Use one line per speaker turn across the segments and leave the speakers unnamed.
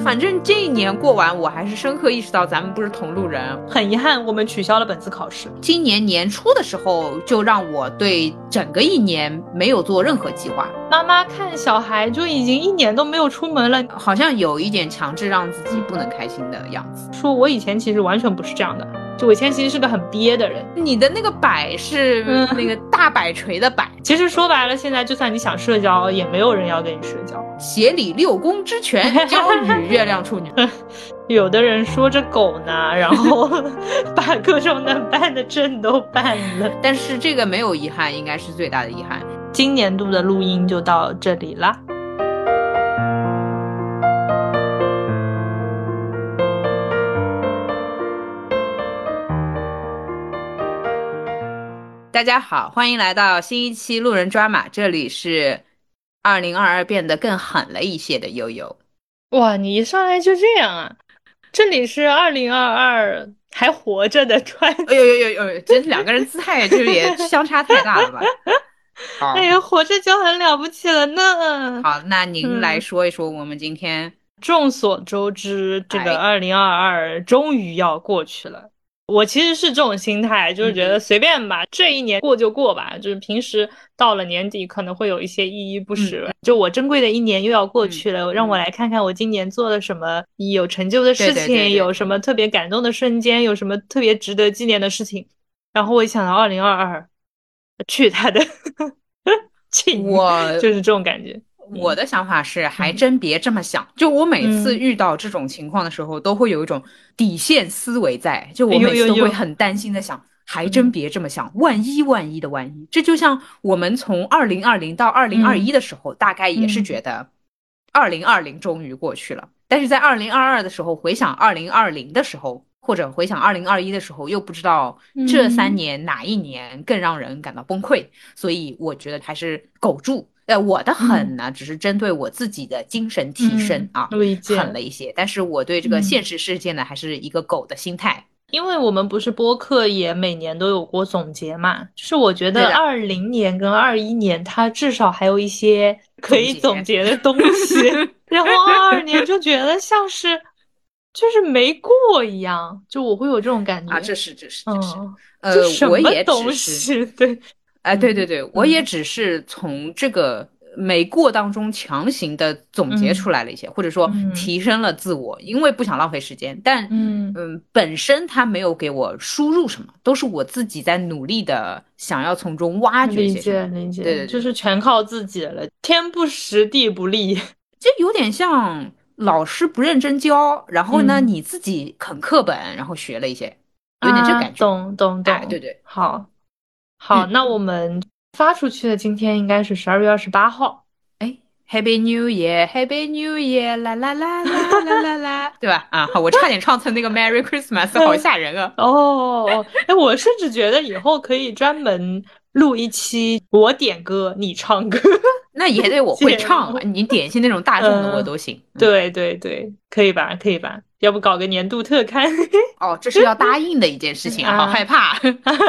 反正这一年过完，我还是深刻意识到咱们不是同路人。
很遗憾，我们取消了本次考试。
今年年初的时候，就让我对整个一年没有做任何计划，
妈妈看小孩就已经一年都没有出门了，
好像有一点强制让自己不能开心的样子。
说我以前其实完全不是这样的，就我以前其实是个很憋的人。
你的那个摆是
嗯
那个大摆锤的摆，
其实说白了，现在就算你想社交，也没有人要跟你社交。
协理六宫之权，交与月亮处女。
有的人说着狗 呢，然后把各种能办的证都办了。
但是这个没有遗憾，应该是最大的遗憾。
今年度的录音就到这里啦。
大家好，欢迎来到新一期路人抓马，这里是二零二二变得更狠了一些的悠悠。
哇，你一上来就这样啊！这里是二零二二还活着的川，
哎呦呦呦呦，这两个人姿态就是 也相差太大了吧？好，
哎呀，活着就很了不起了呢。
好，那您
嗯
来说一说我们今天
众所周知，这个
哎
二零二二终于要过去了。我其实是这种心态，就是
嗯
觉得随便吧，这一年过就过吧。就是平时到了年底，可能会有一些依依
嗯
不舍。就我珍贵的一年又要过去了，让我来看看我今年做了什么有成就的事
对对
情，
对对
有什么特别感动的瞬间，有什么特别值得纪念的事情。然后我一想到二零二二，去他的， 去你
我
哎就是这种感觉。
我的想法是，还真别这么想。就我每次
嗯
遇到这种情况的时候，都会有一种底线思维在，就我
哎呦
每次都
呦呦嗯
会很担心的想，还真别这么想，万一万一的万一。这就像我们从二零二零到二零
嗯
二一的时候，大概也是觉得二零二零终于过去了，但是在二零二二的时候回想二零二零的时候。或者回想二零二一的时候，又不知道这三
嗯
年哪一年更让人感到崩溃，所以我觉得还是苟住。呃，我的狠呢，只是针对我自己的精神提升啊，
嗯嗯，理解。
狠了一些。但是我对这个
嗯
现实世界呢，还是一个狗的心态。
因为我们不是播客也每年都有过总结嘛，就是我觉
对
得
的
二零年跟二一年，它至少还有 一些可以
总
总结的东西， 然后二二年就觉得像是就是没过一样，就我会有这种感
啊，
觉，
这是这是这是，
嗯，
呃
这，什
我
么
也
东
只是，
西？对，
哎，对对对，我
嗯
也只是从这个没过当中强行的总结
嗯
出来了一些，或者说
嗯
提升了自我，因为不想浪费时间。但
嗯
嗯，本身它没有给我输入什么，都是我自己在努力的想要从中挖掘一
理
些什么
解理解，
对对对
就是全靠自己了，天不时地不利，
这有点像老师不认真教，然后呢，
嗯
你自己啃课本，然后学了一些，有点这
啊
感觉。
懂懂懂，
哎，对对，
好，好，
嗯
那我们发出去的今天应该是十二月二十八号。
哎，Happy New Year，Happy New Year，啦啦啦啦啦啦啦， 对吧？啊，好我差点唱成那个 Merry Christmas，好吓人啊！
哦，哎，我甚至觉得以后可以专门录一期我点歌，你唱歌。
那也得我会唱啊，你点一些那种大众的
嗯
我都行。嗯，
对对对，可以吧？可以吧？要不搞个年度特刊？
哦，这是要答应的一件事情啊，好
啊
害怕。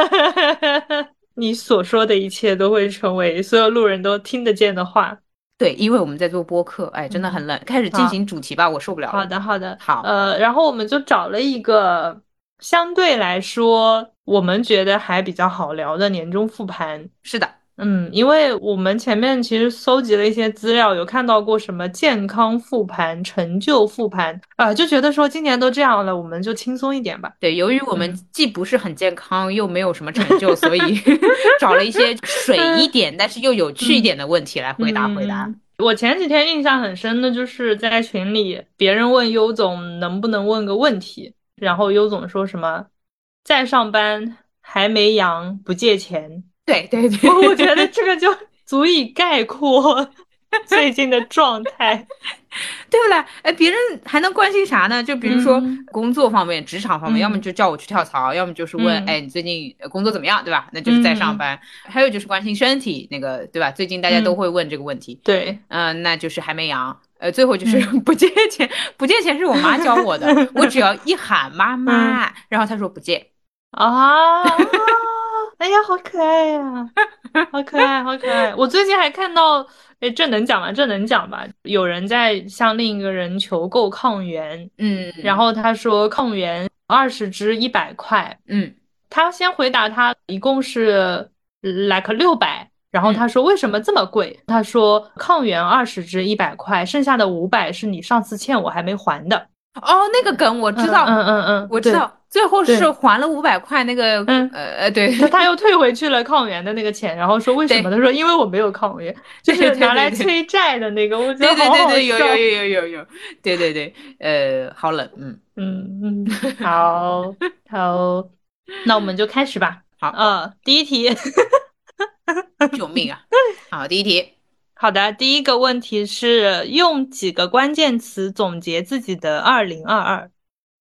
你所说的一切都会成为所有路人都听得见的话。
对，因为我们在做播客，哎，真的很冷。开始进
好
行主题吧，我受不了
嗯好
了。
的，好的。
好，
呃，然后我们就找了一个相对来说我们觉得还比较好聊的年终复盘。
是的，
嗯，因为我们前面其实搜集了一些资料，有看到过什么健康复盘、成就复盘，啊、就觉得说今年都这样了，我们就轻松一点吧。
对，由于我们
嗯
既不是很健康，又没有什么成就，所以 找了一些水一点，但是又有趣一点的问题来回答回答。
嗯我前几天印象很深的就是在群里，别人问优总能不能问个问题，然后优总说什么在上班还没阳不借钱，
对对对，
哦我我觉得这个就足以概括 最近的状态。
对不啦？哎，别人还能关心啥呢？就比如说
嗯
工作方面、职场方面，
嗯
要么就叫我去跳槽，要么就是问，
嗯
哎，你最近呃工作怎么样，对吧？那就是在上
嗯
班。还有就是关心身体，那个对吧？最近大家都
嗯
会问这个问题，
对，
嗯、那就是还没阳。呃，最后就是
嗯
不借钱，不借钱是我妈教我的， 我只要一喊妈
嗯
妈，然后她说不借。
啊，哎呀，好可爱呀、好可爱，好可爱！我最近还看到，哎，这能讲吗？这能讲吧？有人在向另一个人求购抗原，
嗯，
然后他说抗原二十支一百块，
嗯，
他先回答他一共是 like 六百，然后
嗯
他说为什么这么贵？他说抗原二十支一百块，剩下的五百是你上次欠我还没还的。
哦，那个梗我知道，
嗯嗯嗯，
我知道，最后
对
是还了五百块那个，
嗯
呃呃， 对，
他他又退回去了抗原的那个钱，然后说为什么？他说因为我没有抗 原，就
对
是
对
拿来
对对
催债的那个，我觉
对
得
对
好
对
好
对，有
笑
有有有有有，对对对，呃，好冷，嗯，
嗯嗯，好好，那我们就开始吧。
好
呃，第一题，
救命 啊！好，第一题，
好的，第一个问题是用几个关键词总结自己的二零二二。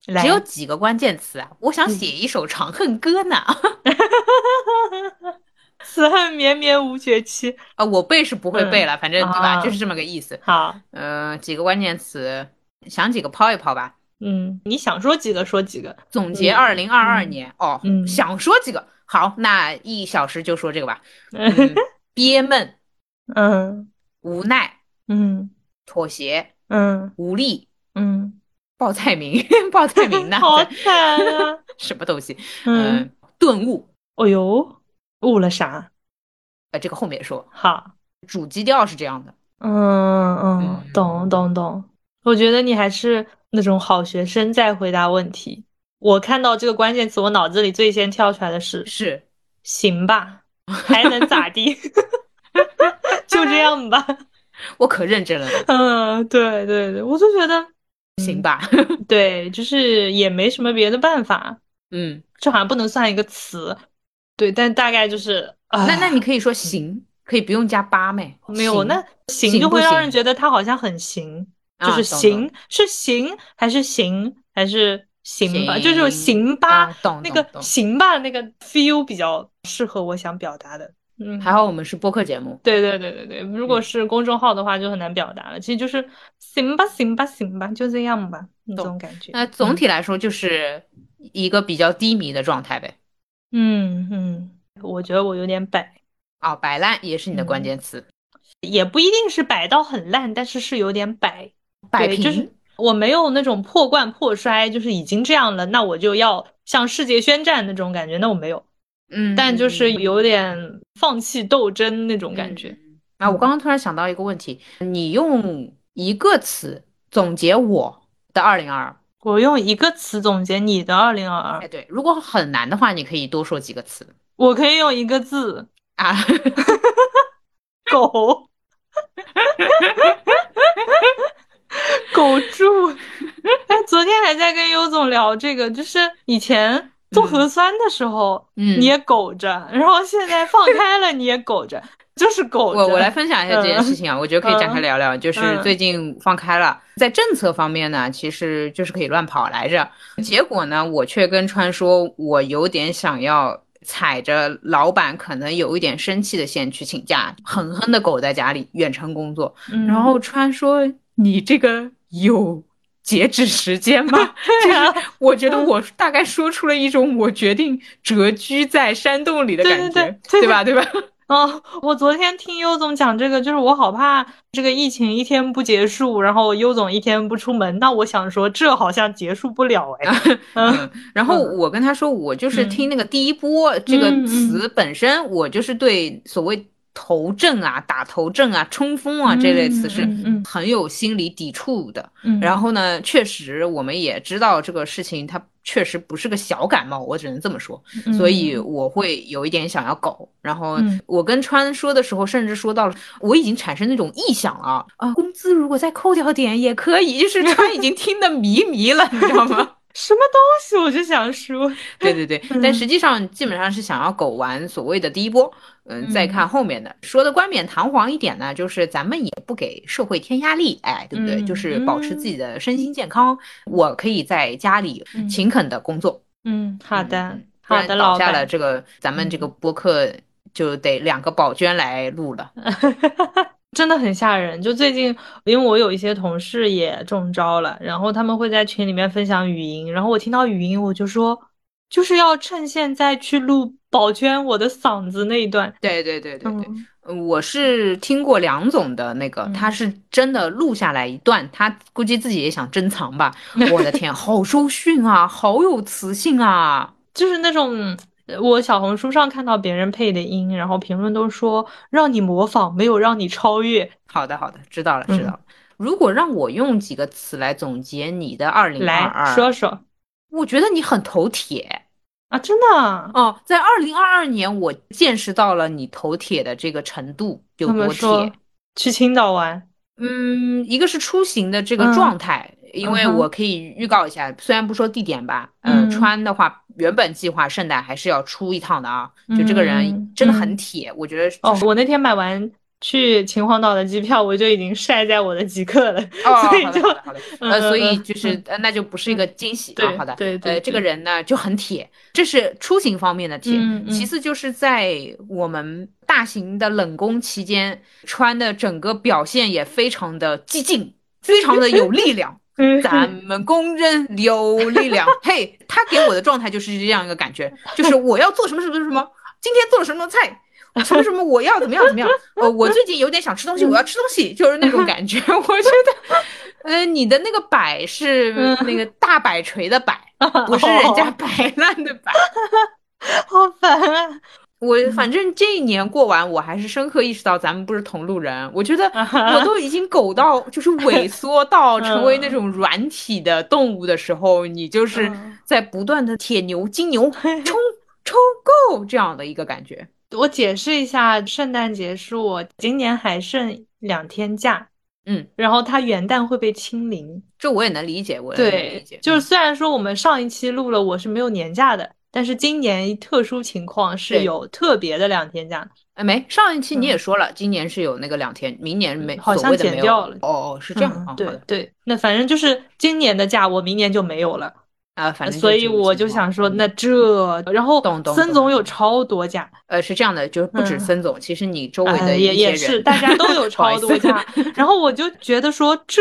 来，嗯
只有几个关键词啊，我想写一首《长恨歌》呢，
此恨绵绵无绝期。
啊，我背是不会背了，反正对吧，
啊
就是这么个意思，
好，
呃，几个关键词，想几个抛一抛吧，
嗯，你想说几个说几个。
总结
嗯
二零二二年，哦，
嗯
想说几个，好，那一小时就说这个 吧，嗯憋闷、
嗯
无奈、
嗯
妥协、
嗯
无力。
嗯，
报菜名， 报菜 名呢？
好惨啊。
什么东西？
嗯，
嗯，顿悟，
哦呦，悟了啥？
呃，这个后面说。
好。
主基调是这样的，
嗯嗯
嗯，
懂懂懂。我觉得你还是那种好学生在回答问题。我看到这个关键词，我脑子里最先跳出来的是
是
“行 吧”，还能咋地？ 就这样吧。
我可认真了呢，
嗯，对对对，我就觉得
行吧？
对，就是也没什么别的办法，
嗯，
这好像不能算一个词。对，但大概就是啊，
那那你可以说行，可以不用加八妹，
哦没有
行
那行
行
就
不
会让
行
人觉得他好像很行。就
啊
是
懂
行是行还是行还是行吧，就是
行
行
懂
吧，
啊懂
那
懂
个
懂
行吧那个 feel 比较适合我想表达的。嗯，
还好我们是播客节目，
对对对对对，如果
嗯
是公众号的话就很难表达了，其实就是行吧行吧行吧，就这样吧，那
懂
种感觉。
那总体来说就是一个比较低迷的状态呗。
嗯嗯，我觉得我有点摆，
啊，摆烂也是你的
嗯
关键词，
也不一定是摆到很烂，但是是有点摆。
摆
对，就是
平，
我没有那种破罐破摔，就是已经这样了，那我就要向世界宣战那种感觉，那我没有，
嗯，
但就是
嗯
有点放弃斗争那种感觉。。
嗯啊，我刚刚突然想到一个问题，你用一个词总结我的二零二二。
我用一个词总结你的二零二
哎，
二，
对，如果很难的话，你可以多说几个词
我可以用一个字，
啊。
狗，狗住。哎，昨天还在跟优总聊这个，就是以前做核酸的时候，
嗯
你也苟着，然后现在放开了，你也苟着，就是苟
我
着。
我来分享一下这件
嗯
事情啊，我觉得可以展开聊聊。就是最近放开了，在政策方面呢，其实就是可以乱跑来着。结果呢，我却跟川说，我有点想要踩着老板可能有一点生气的线去请假，狠狠的苟在家里远程工作。
嗯，
然后川说：“你这个有截止时间吗？”就
对啊
是我觉得我大概说出了一种我决定蛰居在山洞里的
对
感
对
觉，
对对
对吧？对 吧？
哦，我昨天听优总讲这个，就是我好怕这个疫情一天不结束，然后优总一天不出门，那我想说这好像结束不了哎。嗯
嗯，然后我跟他说，我就是听那个第一波这个
嗯
词本身，我就是对所谓头阵啊、打头阵啊、冲锋啊这类词是
嗯嗯嗯
很有心理抵触的。
嗯，
然后呢，确实我们也知道这个事情，它确实不是个小感冒，我只能这么说。所以我会有一点想要搞。然后
嗯
我跟川说的时候，甚至说到了我已经产生那种臆想了啊，工资如果再扣掉点也可以，就是川已经听得迷迷了，你知道吗？
什么东西我就想说，
对对对
嗯，
但实际上基本上是想要苟完所谓的第一波，嗯，再
嗯
看后面的。说的冠冕堂皇一点呢，就是咱们也不给社会添压力，哎，对不对？
嗯
就是保持自己的身心健康，我可以在家里
嗯
勤恳的工作，
嗯，好的，
嗯
好
不
的，
然
老
倒下了
板，嗯
这个咱们这个播客就得两个宝娟来录了。
嗯真的很吓人。就最近，因为我有一些同事也中招了，然后他们会在群里面分享语音，然后我听到语音，我就说，就是要趁现在去录保全我的嗓子那一段。
对对对对对，嗯、我是听过梁总的那个，
嗯
他是真的录下来一段，他估计自己也想珍藏 吧。我的天，好周迅啊，好有磁性啊，
就是那种。呃我小红书上看到别人配的音，然后评论都说让你模仿，没有让你超越。
好的，好的，知道了，知道了。嗯、如果让我用几个词来总结你的二零二二，
说说，
我觉得你很头铁
啊，真的、啊、
哦。在二零二二年，我见识到了你头铁的这个程度有多铁。
去青岛玩，
嗯，一个是出行的这个状态，
嗯、
因为我可以预告一下，嗯、虽然不说地点吧，嗯、呃，川的话。原本计划圣诞还是要出一趟的啊，就这个人真的很铁，
嗯、
我觉得、就是、
哦，我那天买完去秦皇岛的机票，我就已经晒在我的极客了，
哦，
所以就嗯
好的，呃，所以就是呃，那就不是一个惊喜啊，好的，
对对，
呃，这个人呢就很铁，这是出行方面的铁，
嗯、
其次就是在我们大型的冷宫期间，川的整个表现也非常的激进，非常的有力量。 咱们公认有力量，嘿，hey, 他给我的状态就是这样一个感觉，就是我要做什么什么什么，今天做了什么菜，什么什么我要怎么样怎么样，呃，我最近有点想吃东西，我要吃东西，就是那种感觉。我觉得，呃，你的那个摆是那个大摆锤的摆，
哦
不是人家摆烂的摆，
好烦啊！
我反正这一年过完，我还是深刻意识到咱们不是同路人。我 觉得我都已经狗到，就是萎缩到
嗯
成为那种软体的动物的时候，你就是
嗯
在不断的铁牛、金 牛冲冲 go 这样的一个感觉。
我解释一下，圣诞节是我今年还剩两天假。
嗯，
然后它元旦会被清零，
这我也能理解，我也能理解。嗯
就是虽然说我们上一期录了，我是没有年假的。但是今年特殊情况是有特别的两天假，
哎，没上一期你也说了，嗯、今年是有那个两天，明年没
好像减掉了。
哦，是这样啊、
嗯。对对，那反正就是今年的假，我明年就没有了
啊。反正
所以我就想说，
嗯
那这然后森总有超多假，呃
呃，是这样的，就是不止森总，嗯、其实你周围的
哎也也是大家都 有超多假。然后我就觉得说，这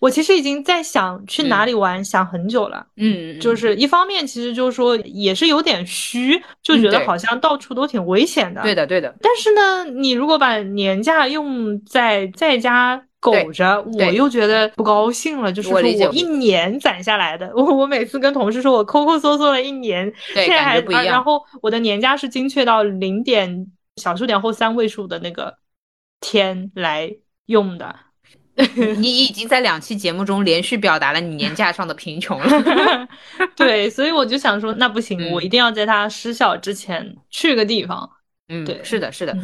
我其实已经在想去哪里玩，想很久了。
嗯，
就是一方面，其实就是说也是有点虚，就觉得好像到处都挺危险的。
嗯对的，对的。
但是呢，你如果把年假用在在家苟着，我又觉得不高兴了。就是说我一年攒下来的，我我每次跟同事说我抠抠搜搜了一年，现在还啊
不一样。
然后我的年假是精确到零点小数点后三位数的那个天来用的。
你已经在两期节目中连续表达了你年假上的贫穷 了，
对，所以我就想说，那不行，我一定要在它失效之前去个地方。
嗯，
对，嗯
是的，是的，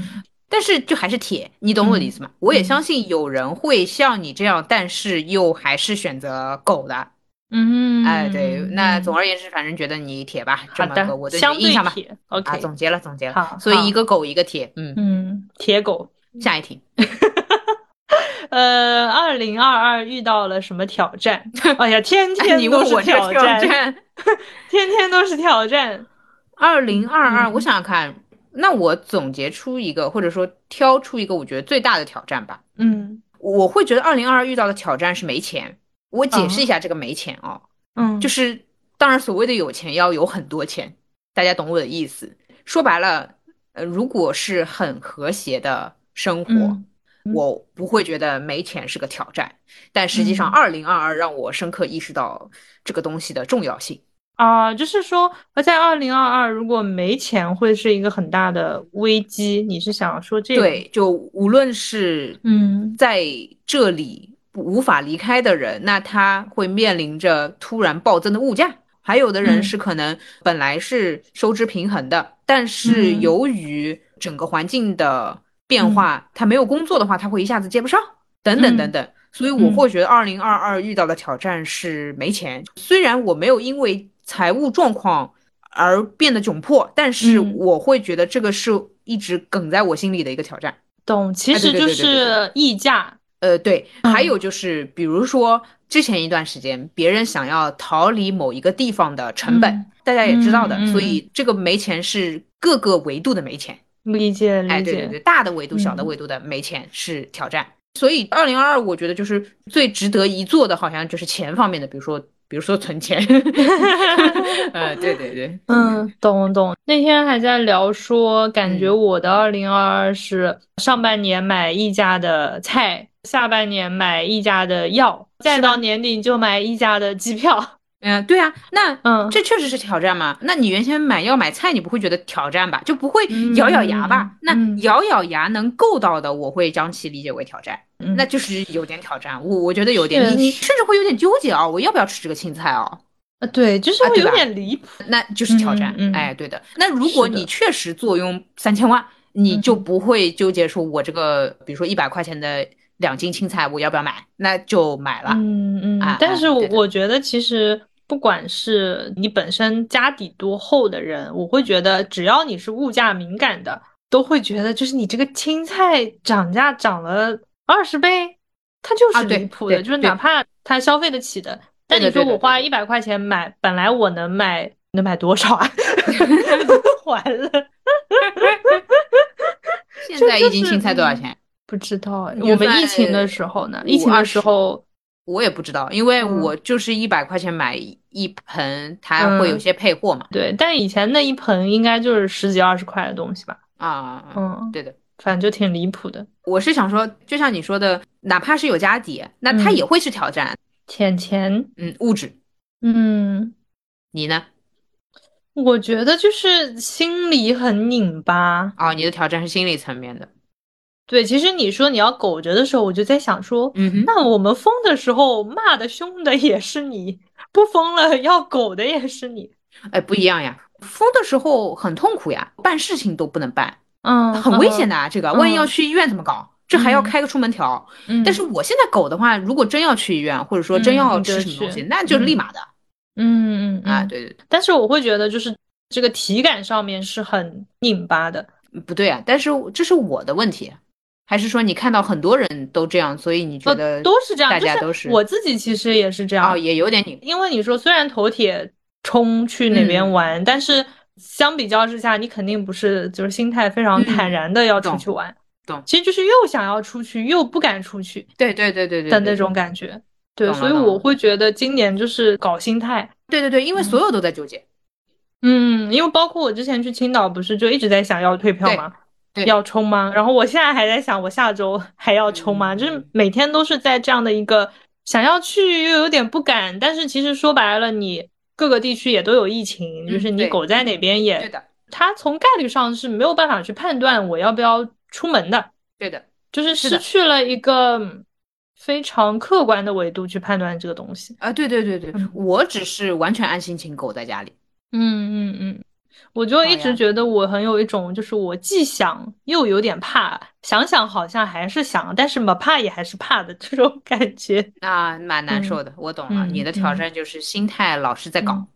但是就还是铁，你懂我的意思吗？我也相信有人会像你这样，但是又还是选择狗的。
嗯，
哎，对，那总而言之，反正觉得你铁吧，这么个我
对你
印象吧。
OK，
啊，总结了，总结了，所以一个狗，一个铁，嗯
嗯，铁狗，
下一题。
呃，二零二二遇到了什么挑战？ 哎呀，天天
你问我
挑
战，
天天都是挑战。
二零二
嗯
二，我想想看，那我总结出一个，或者说挑出一个，我觉得最大的挑战吧。
嗯，
我会觉得二零二二遇到的挑战是没钱。我解释一下这个没钱哦，
嗯，
就是当然所谓的有钱要有很多钱，大家懂我的意思。说白了，呃，如果是很和谐的生活。
嗯
我不会觉得没钱是个挑战，但实际
嗯
上，二零二二让我深刻意识到这个东西的重要性
啊、呃，就是说，在二零二二如果没钱会是一个很大的危机。你是想说这个？
对，就无论是
嗯，
在这里无法离开的人，嗯、那他会面临着突然暴增的物价，还有的人是可能本来是收支平衡的，
嗯、
但是由于整个环境的。变化，他没有工作的话，他会一下子接不上，等等等等。
嗯、
所以我会觉得，二零二二遇到的挑战是没钱。嗯、虽然我没有因为财务状况而变得窘迫，但是
嗯
我会觉得这个是一直梗在我心里的一个挑战。
懂，其
哎
实就是溢价。
呃，对，还
嗯
有就是，比如说之前一段时间，别人想要逃离某一个地方的成本，
嗯、
大家也知道的，所以这个没钱是各个维度的没钱。
理解，理解。嗯
哎，对对对，大的维度、小的维度的没钱是挑战，嗯、所以二零二二，我觉得就是最值得一做的，好像就是钱方面的，比如说比如说存 钱。 呃，对对对，
嗯，懂懂。那天还在聊说，感
嗯
觉我的二零二二是上半年买一家的菜，下半年买一家的药，再到年底就买一家的机票。
嗯、对啊，那
嗯
这确实是挑战嘛。那你原先买药买菜，你不会觉得挑战吧？就不会咬咬牙吧？
嗯嗯
那咬咬牙能够到的，我会将其理解为挑战，
嗯
那就是有点挑战。我我觉得有点，
是
你你甚至会有点纠结啊、我要不要吃这个青菜哦？
啊，对，就是
啊
会
对
有
吧
点离谱。
那就是挑战。
嗯嗯
哎，对的。那如果
是的
你确实坐拥三千万，你
嗯
就不会纠结说，我这个比如说一百块钱的两斤青菜，我要不要买？那就买了。
嗯嗯，
啊
但
啊
是我
对的
我觉得其实不管是你本身家底多厚的人，我会觉得只要你是物价敏感的，都会觉得就是你这个青菜涨价涨了二十倍，它就
啊
是
对
离谱
对
的，就是
对
哪怕他消费得起的，但
对的
你说
对的
我
对
花
的
一百块钱买，本来我能买能买多少啊？ 还了
现
这
在
就
一斤
是嗯
青菜多少钱？
不知道哎，
你
我们
在
疫情的时候呢，疫情的时
50
候。
我也不知道，因为
嗯
我就是一百块钱买一盆，它会有
嗯
些配货嘛。
对，但以前那一盆应该就是十几二十块的东西吧，
啊，
嗯，
对的。
反正就挺离谱的。
我是想说，就像你说的，哪怕是有家底，那它
嗯
也会是挑战。
钱钱，
嗯，物质，
嗯，
你呢？
我觉得就是心里很拧巴。
啊，你的挑战是心理层面的。
对，其实你说你要苟着的时候，我就在想说，
嗯哼。
那我们疯的时候骂的凶的也是你，不疯了要苟的也是你。
哎，不一样呀。疯的时候很痛苦呀，办事情都不能办，
嗯，
很危险的啊。这个万一要
嗯
去医院怎么搞？这还要开个出门条。
嗯。嗯，
但是我现在狗的话，如果真要去医院，或者说真要
嗯
吃
对
什么东西，
是
那就
嗯
立马的
嗯嗯
啊。
嗯，
对对
但是我会觉得就是这个体感上面是很拧巴的。
对，不对啊？但是这是我的问题，还是说你看到很多人都这样，所以你觉得
呃都是这样，
大
就
家
是
哦都是
我自己其实也是这
哦，
样，
也有点你
因为你说虽然头铁冲去那边
嗯
玩，但是相比较之下，你肯定不是就是心态非常坦然的要出
嗯懂
去玩，
懂
其实就是又想要出去又不敢出去
对对对对对
的
对
那种感觉。对，
懂了
所以
懂
我
了
会觉得今年就是搞心态，
对对对，因为所有都在纠结，
嗯，因为包括我之前去青岛，不是就一直在想要退票
对
吗？
对
要冲吗？然后我现在还在想，我下周 还要冲吗？
嗯
就是每天都是在这样的一个想要去又有点不敢，但是其实说白了，你各个地区也都有疫情，
嗯
就是你
对
苟在哪边
对
也，
的
它从概率上是没有办法去判断我要不要出门的，
对的，
就是
是
失
的
去了一个非常客观的维度去判断这个东西。
啊，对对对对
嗯，
我只是完全按心情狗在家里，
嗯嗯嗯，我就一
好
直
呀
觉得我很有一种，就是我既想又有点怕，想想好像还是想，但是没怕也还是怕的 这种感觉。
啊，蛮难受的，我懂了。
嗯
你的挑
嗯
战就是心态老是在搞
嗯，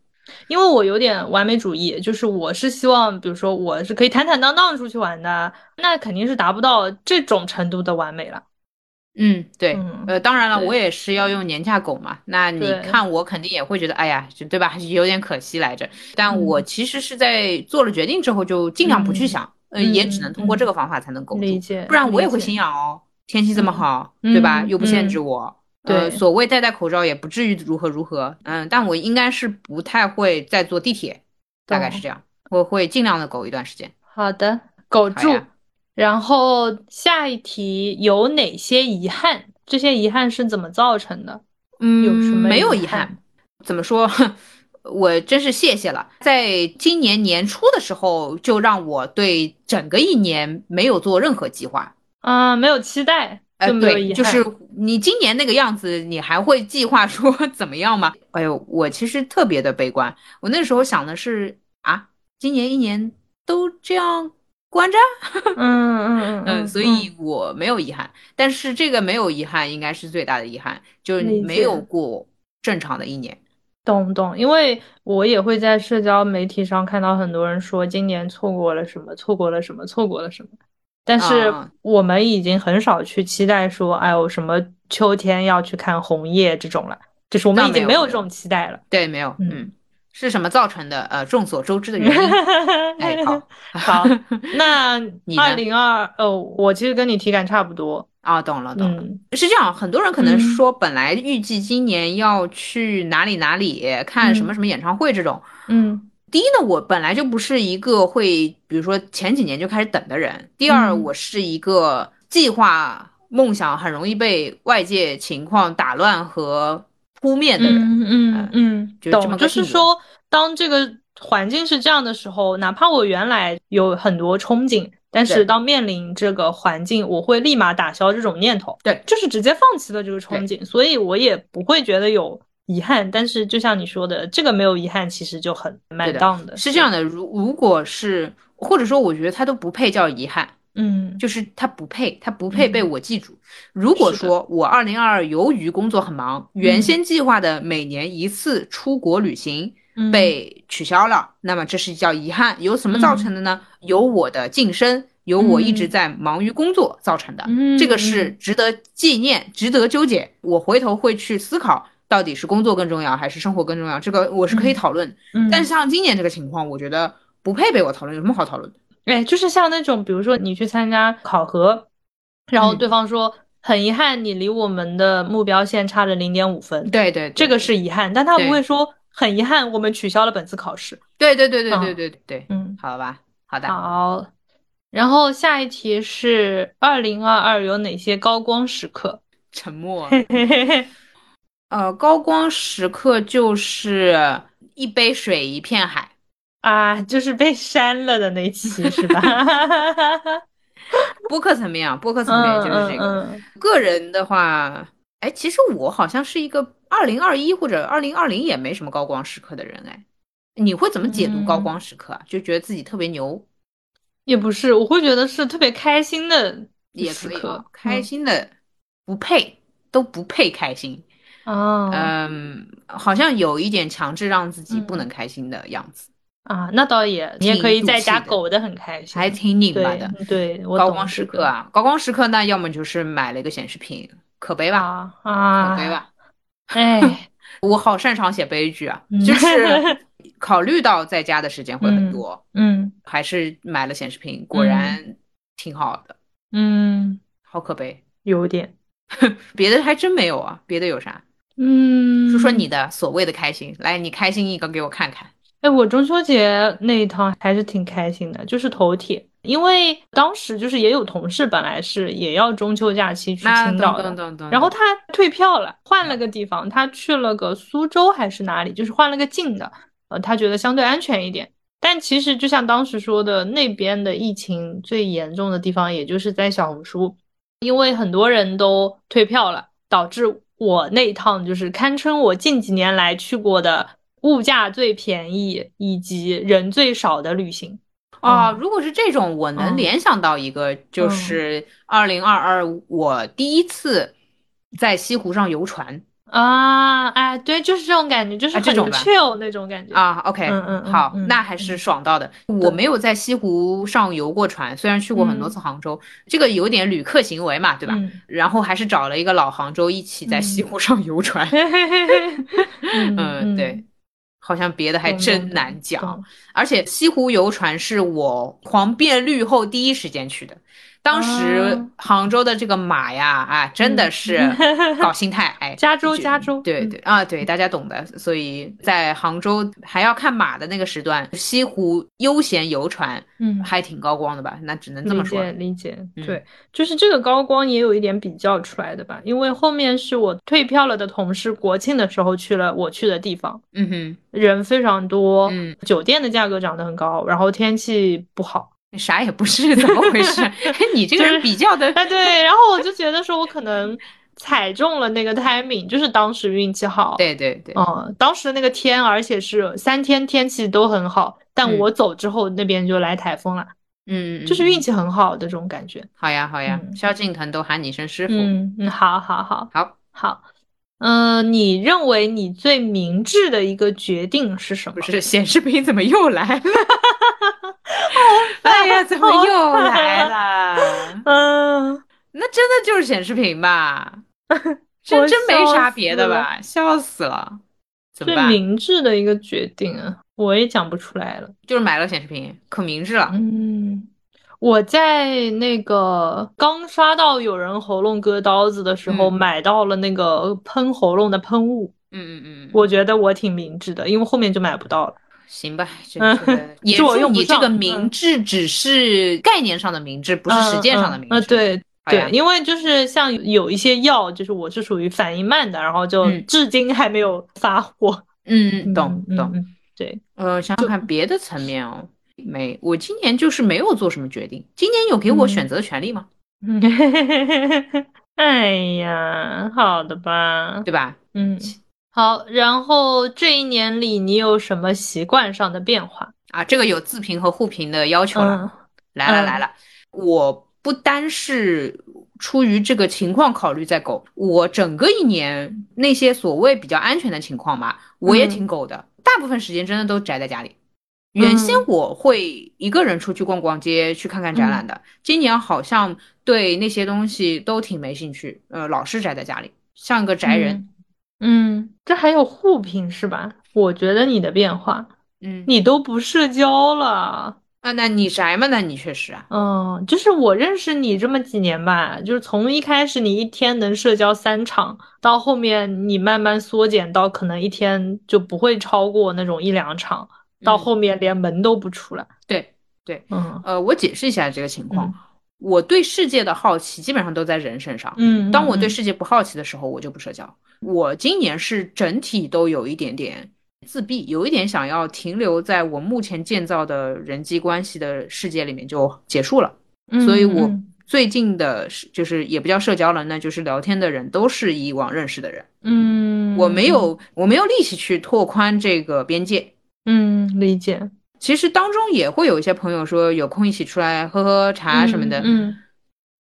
因为我有点完美主义，就是我是希望，比如说我是可以坦坦荡荡出去玩的，那肯定是达不到这种程度的完美了。
嗯，对，
嗯
呃，当然了，
对嗯
我也是要用年假狗嘛。那你
对
看我肯定也会觉得，哎呀，就对吧？ 还是有点可惜来着。但我
嗯
其实是在做了决定之后，就尽量不去
嗯
想，呃，也只
嗯
能通过这
嗯
个方法才能苟
理
住，
解，
不然我
理
也会
解
心痒哦。天气这么
嗯
好，对吧？
嗯
又不限制
嗯
我。呃，
对
所谓戴戴口罩也不至于如何如何，嗯，但我应该是不太会再坐地铁，大概是
懂
这样，我会尽量的苟一段时间。
好的，苟
好
住。
呀
然后下一题有哪些遗憾？这些遗憾是怎么造成的？
嗯，
有什么
没有
遗
遗
憾
憾。怎么说？我真是谢谢了，在今年年初的时候，就让我对整个一年没有做任何计划。
啊，没有期待，
呃，
就没有
对，
遗
就
憾。
是你今年那个样子，你还会计划说 怎么样吗？哎呦，我其实特别的悲观。我那时候想的是啊，今年一年都这样关着，
嗯嗯嗯
嗯，所以我没有遗憾。但是这个没有遗憾，应该是最大的遗憾，就是
理
没
解
有过正常的一年。
懂懂，因为我也会在社交媒体上看到很多人说今年错过了什么，错过了什么，错过了什么。但是
啊
我们已经很少去期待说，哎呦，什么秋天要去看红叶这种了，就是我们
那
已
没
经
有
没有
没
这
有
种期待了。
对，没有，
嗯
嗯，是什么造成的？呃，众所周 知的原因。哎，好，
好，那
你呢
二零二，哦，我其实跟你体感差不多，
啊，懂了，懂了，
嗯
是这样。很多人可能
嗯
说，本来预计今年要去哪里哪里看什么什么演唱会这种。
嗯
第一呢，我本来就不是一个会，比如说前几年就开始等的人。第二，
嗯
我是一个计划、梦想很容易被外界情况打乱和扑灭的人。呃
嗯嗯嗯，
就这么
懂，
个
就
性
是
格
说，当这个环境是这样的时候，哪怕我原来有很多憧憬，但
对
是当面临这个环境，我会立马打消这种念头，
对
就是直接放弃了这个憧憬，所以我也不会觉得有遗憾。但是就像你说的，这个没有遗憾，其实就很
对
蛮
的
当的，
是这样的，如如果是，或者说，我觉得他都不配叫遗憾。
嗯
就是他不配，他不配被
嗯
我记住。如果
是的
说我二零二二由于工作很忙，原先计划的每年一次出国旅行
嗯
被取消了，那么这是叫遗憾。由什么造成的呢？由我的晋升，由我一直
嗯
在忙于工作造成的。
嗯
这个是值得纪念、值得纠结。我回头会去思考，到底是工作更重要还是生活更重要？这个我是可以
嗯
讨论。
嗯，
但是像今年这个情况，我觉得不配被我讨论，有什么好讨论的？
哎，就是像那种，比如说你去参加考核，然后
嗯
对方说很遗憾，你离我们的目标线差了零点五分，
对对
这个是遗憾，但他
对
不会说很遗憾，我们取消了本次考试。
对对对对
嗯
对对对对，
嗯，
好吧，好的，
好。然后下一题是二零二二有哪些高光时刻？
沉默。
嘿嘿嘿嘿，
呃，高光时刻就是一杯水一片海，
啊，就是被删了的那期是 吧？
播客层面啊，播客层面
嗯
就是这个。
嗯嗯
个人的话，哎，其实我好像是一个二零二一或者二零二零也没什么高光时刻的人哎。你会怎么解读高
嗯
光时刻啊？就觉得自己特别牛
也不是，我会觉得是特别开心的
也
时
可以啊
刻，，嗯
开心的不配，都不配开心。
嗯啊。
嗯，好像有一点强制让自己不
嗯
能开心的样子，
啊，那倒也，你也可以在家狗的很开心，
还挺拧巴
对
的。
对，我
高
懂
光时
这
刻啊，高光时刻那要么就是买了一个显示屏，可悲
个
吧，
啊
可
啊，
悲吧。
哎，
我好擅长写悲剧啊，
嗯
就是 考虑到在家的时间会很多，
嗯
还是买了显示屏，果然挺好的，
嗯，
好可悲。
有点，
别的还真没有啊，别的有啥？
嗯，
说说你，的所谓的开心，来，你开心一个给我看看。
哎，我中秋节那一趟还是挺开心的，就是头铁，因为当时就是也有同事本来是也要中秋假期去
那
青
等
岛
啊等
的，
等等，
然后他退票了，换了个地方，他去了个苏州还是哪里，就是换了个近的，呃，他觉得相对安全一点。但其实就像当时说的，那边的疫情最严重的地方，也就是在小红书，因为很多人都退票了，导致我那一趟就是堪称我近几年来去过的物价最便宜以及人最少的旅行。
啊，
嗯
如果是这种，我能
嗯
联想到一个，就是二零二二，我第一次在西湖上游船
啊，哎，对，就是这种感觉，就是
啊这
很
种吧
chill 那种感觉。
啊。OK，
嗯嗯嗯
好，
嗯
那还是爽到的。我没有在西湖上游过船，虽然去过很多次杭州，这个有点旅客行为嘛，对吧？
嗯
然后还是找了一个老杭州一起在西湖上游 船。
嘿嘿嘿嘿，嗯
对，好像别的还
懂
真
懂懂
难讲。
懂
而且西湖游船是我狂变绿后第一时间去的，当时
哦
杭州的这个马呀，啊，真的
嗯
是 搞心态，哎，
加州
就
加州
对
嗯
对啊，对，大家懂的。所以在杭州还要看马的那个时段，西湖悠闲游船
嗯，
还挺高光的吧？那只能这
理
么说
解，理解，
嗯
对，就是这个高光也有一点比较出来的吧，因为后面是我退票了的同事，国庆的时候去了我去的地方，
嗯哼，
人非常多，
嗯
酒店的价格涨得很高，然后天气不好，
你啥也不是，怎么回 事？ 你这个
就
人
是
比较的，
哎对，然后我就觉得说我可能踩中了那个 timing，就是当时运气好，
对对对，
嗯，当时的那个天，而且是三天天气都很好，但
嗯
我走之后那边就来台风了，
嗯，
就是
嗯
运。气很好的这种感觉。
好呀好呀，
嗯
萧敬腾都喊你一声师傅。
嗯嗯，好好好
好，
好，嗯、你认为你最明智的一个决定是什么？
不是显示屏怎么又来 了？哎呀，怎么又来了？
嗯、
那真的就是显示屏吧？这
我
真没
笑
啥
死
别的吧？笑死了，怎么
最
办？
明智的一个决定啊，我也讲不出来了。
啊就是买了显示屏，可明智了。
嗯，我在那个刚刷到有人喉咙割刀子的时候，
嗯
买到了那个喷喉咙的喷雾，
嗯嗯嗯，
我觉得我挺明智的，因为后面就买不到了。
行吧，这
嗯
个也
这我
祝
用不
你这个
上
明
嗯
智只是概念上的明智，不是实践上的明
嗯嗯嗯
智。
对
哎呀
对，因为就是像有一些药，就是我是属于反应慢的，然后就
嗯
至今还没有发货。
嗯，懂
嗯
懂。。
嗯嗯对，
呃，想想看别的层面哦，没，我今年就是没有做什么决定。今年有给我选择的权利吗？
嗯 哎呀，好的吧，
对吧？
嗯，好。然后这一年里，你有什么习惯上的变化？
啊，这个有自评和互评的要求了。
嗯
来了
嗯
来了，我不单是出于这个情况考虑在苟，我整个一年那些所谓比较安全的情况嘛，我也
嗯
挺苟的，大部分时间真的都宅在家里。原先
嗯
我会一个人出去逛逛街，去看看展览的，
嗯
今年好像对那些东西都挺没兴趣，呃，老是宅在家里，像个宅人。
嗯，嗯，这还有互评是吧？我觉得你的变化，
嗯，
你都不社交了。
啊，那你宅嘛？那你确实啊，
嗯，就是我认识你这么几年吧，就是从一开始你一天能社交三场，到后面你慢慢缩减到可能一天就不会超过那种一两场，到
嗯
后面连门都不出来。
对。
嗯
呃，我解释一下这个情况。
嗯
我对世界的好奇基本上都在人身上。
嗯，
当我对
嗯
世界不好奇的时候，我就不社交。我今年是整体都有一点点自闭，有一点想要停留在我目前建造的人际关系的世界里面就结束了。
嗯
所以我
嗯
最近的是，就是也不叫社交了，那就是聊天的人都是以往认识的人。
嗯，
我没有，我没有力气去拓宽这个边界。
嗯嗯理解
其实当中也会有一些朋友说有空一起出来喝喝茶什么的，
嗯嗯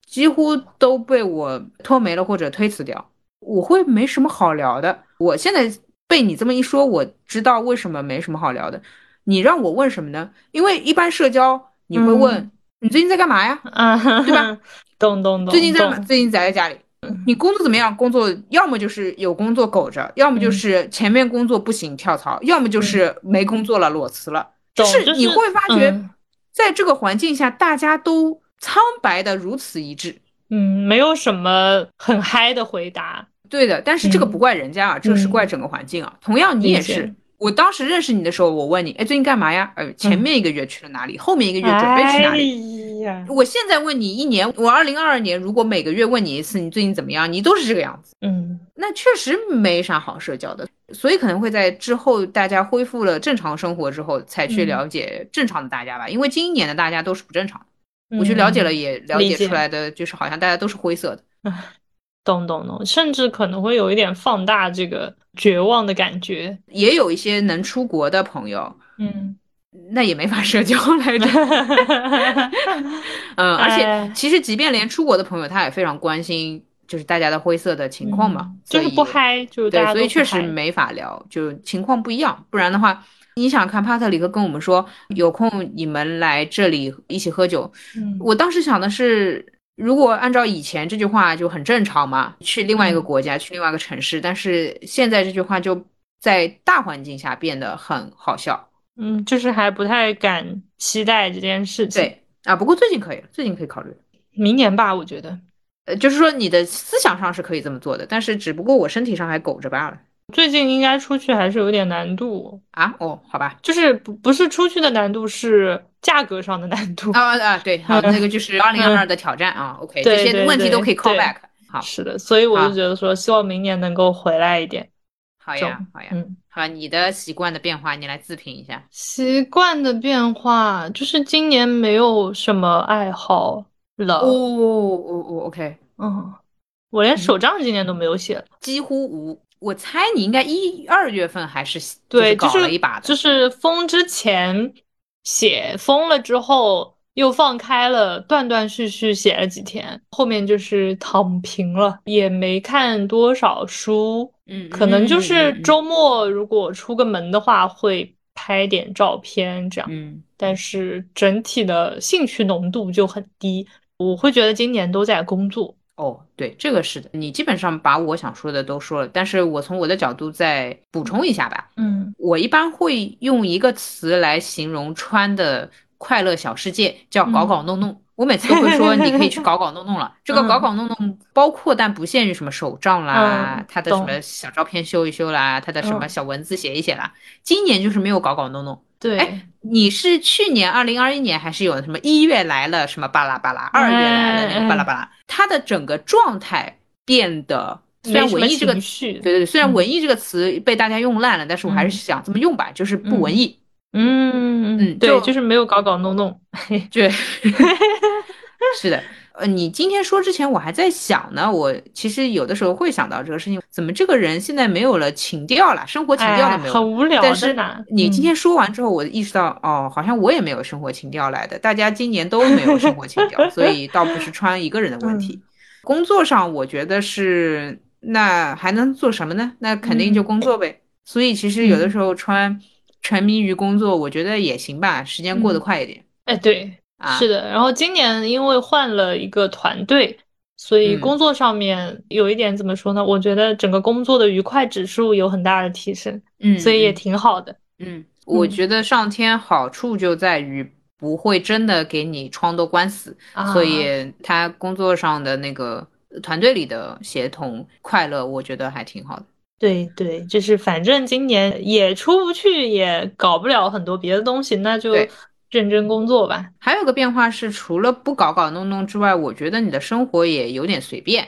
几乎都被我拖没了或者推辞掉。我会没什么好聊的。我现在被你这么一说，我知道为什么没什么好聊的。你让我问什么呢？因为一般社交你会问、
嗯
你最近在干嘛呀？
啊，
对吧？
懂懂懂
最近在干嘛
懂，
最近宅在家里。
嗯
你工作怎么样？工作要么就是有工作苟着，要么
嗯
就是前面工作不行跳槽，要么就是没工作了裸辞了。就
懂
是
就是
你会发觉
嗯，
在这个环境下，大家都苍白的如此一致。
嗯，没有什么很嗨的回答。
对的，但是这个
嗯
不怪人家啊，这是怪整个环境啊。同样，你也
理
是
解。嗯
我当时认识你的时候，我问你，哎，最近干嘛呀？呃，前面一个月去了哪里？后面一个月准备去哪里？
哎呀，
我现在问你一年，我二零二二年如果每个月问你一次，你最近怎么样？你都是这个样子，
嗯。
那确实没啥好社交的，所以可能会在之后大家恢复了正常生活之后，才去
嗯
了解正常的大家吧，因为今年的大家都是不正常的。我去了解了，
嗯
也了
理
解
解
出来的就是好像大家都是灰色的。
懂懂懂，甚至可能会有一点放大这个绝望的感觉。
也有一些能出国的朋友，
嗯，
那也没法社交来 着。嗯，而
哎
且其实即便连出国的朋友，他也非常关心就是大家的灰色的情况嘛，
嗯就是不
所以。
嗨，就是大
对，
家
所以
都
确
不
实
嗨
没法聊，就情况不一样。不然的话，你想看帕特里克跟我们说有空你们来这里一起喝酒，
嗯
我当时想的是，如果按照以前这句话就很正常嘛，去另外一个
嗯
国家，去另外一个城市，但是现在这句话就在大环境下变得很好笑。
嗯，就是还不太敢期待这件事情。，
对啊，不过最近可以了，最近可以考虑。
明年吧，我觉得
呃，就是说你的思想上是可以这么做的，但是只不过我身体上还苟着罢了
最近应该出去还是有点难度，
啊。哦，好吧，
就是不不是出去的难度，是价格上的难度。
啊啊，对，好，那个就是二零二二的挑战啊。OK，这
嗯对
些
对
问题都
对
可以 call
对
back。好，
是的，所以我
好
就觉得说，希望明年能够回来一点。
好
中
呀，好呀，
嗯。
好，你的习惯的变化，你来自评一下。
习惯的变化，就是今年没有什么爱好了。
哦哦哦，OK。
嗯，我连手账今年都没有写了。
几乎无。我猜你应该一二月份还是
对，
就
就是
搞了一把的，
就是封之前写，封了之后又放开了，断断续续写了几天，后面就是躺平了，也没看多少书。
嗯，
可能就是
嗯
周，末如果出个门的话，会拍点照片这样。
嗯
但是整体的兴趣浓度就很低。我会觉得今年都在工作，
哦，对，这个是的，你基本上把我想说的都说了，但是我从我的角度再补充一下吧。
嗯
我一般会用一个词来形容穿的快乐小世界，叫
嗯
搞搞弄弄。我每次都会说，你可以去搞搞弄弄 了。这个搞搞弄弄包括但不限于什么手账啦
嗯，
他的什
懂
么小照片修一修啦，他的什么
嗯
小文字写一写啦。今年就是没有搞搞弄弄。
对，
哎你是去年二零二一年还是有什么一月来了什么巴拉巴拉，二月来了那个巴拉
哎
巴拉，它的整个状态变得虽然
没什么
文艺这个
情绪，
对对对，虽然
嗯
文艺这个词被大家用烂了，但是我还是想这么用吧，就是不文艺，
嗯
嗯
对，
就
就是没有搞搞弄弄，
对，是的。呃，你今天说之前，我还在想呢。我其实有的时候会想到这个事情，怎么这个人现在没有了情调了，生活情调
哎
都没有了。
很无聊
但是
的呢。
你今
嗯
天说完之后，我意识到，哦，好像我也没有生活情调来的，大家今年都没有生活情调，所以倒不是川一个人的问
嗯
题。 工作上，我觉得是，那还能做什么呢？那肯定就工作
嗯
呗。所以其实有的时候川沉迷于工作，我觉得也行吧，时间过得快一点
哎，对，
啊。
是的。然后今年因为换了一个团队，所以
嗯
工作上面有一点怎么说呢？我觉得整个工作的愉快指数有很大的提升，
嗯，
所以也
嗯
挺好的。
嗯，我觉得上天好处就在于不会真的给你窗都关死。
啊，
所以他工作上的那个团队里的协同快乐，我觉得还挺好的。
对对，就是反正今年也出不去，也搞不了很多别的东西，那就
对
认真工作吧。
还有个变化是，除了不搞搞弄弄之外，我觉得你的生活也有点随便。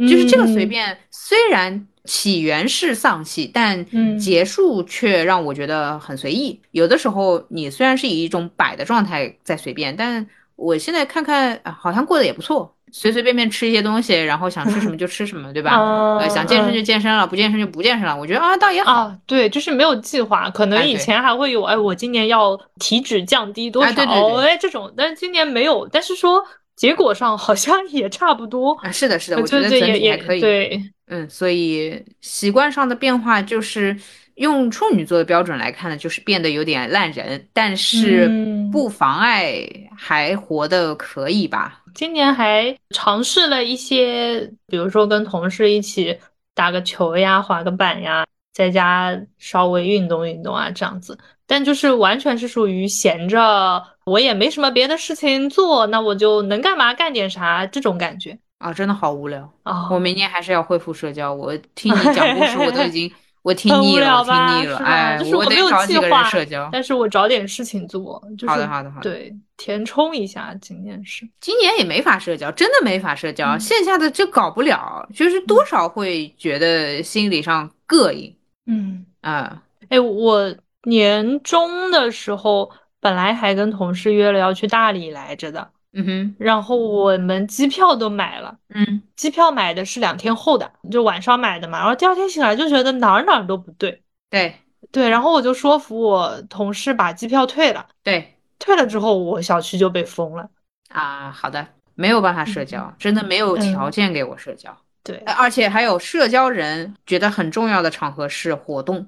就是这个随
嗯，
便，虽然起源是丧气，但
嗯
结束却让我觉得很随意。有的时候你虽然是以一种摆的状态在随便，但我现在看看，啊好像过得也不错，随随便便吃一些东西，然后想吃什么就吃什么，对吧？
啊
呃，想健身就健身了，不健身就不健身了。我觉得啊，倒也好。
啊，对，就是没有计划，可能
哎
以
对
前还会有，哎，我今年要体脂降低多
哎对对
少，
对
哎，这种，但是今年没有，但是说结果上好像也差不多，
啊，是的，是的，我觉
对
得
对
整
也
体还
也
可以。
对，
嗯，所以习惯上的变化就是用处女座的标准来看呢，就是变得有点烂人，但是
嗯
不妨碍还活得可以吧。
今年还尝试了一些，比如说跟同事一起打个球呀、滑个板呀，在家稍微运动运动啊，这样子。但就是完全是属于闲着，我也没什么别的事情做，那我就能干嘛干点啥这种感觉
啊，真的好无聊。
啊。
我明年还是要恢复社交。我听你讲故事，我都已经我听
很无
腻了，
聊
我听
吧
腻了。
是吧
哎，
就是我
得
没有
找几
计
个人
划
社交。
但是我找点事情做，就
好
是
的，好的，好的。
对，填充一下，今年是。
今年也没法社交，真的没法社交，
嗯
线下的就搞不了，就是多少会觉得心理上膈应
嗯。
啊。
哎，我年中的时候本来还跟同事约了要去大理来着的，
嗯哼，
然后我们机票都买了，
嗯，
机票买的是两天后的，就晚上买的嘛。然后第二天醒来就觉得哪儿哪儿都不对，
对
对，然后我就说服我同事把机票退了，
对
退了之后我小区就被封了。
啊，好的，没有办法
嗯
社交，真的没有条件给我社交，
对，
呃而且还有社交人觉得很重要的场合是活动，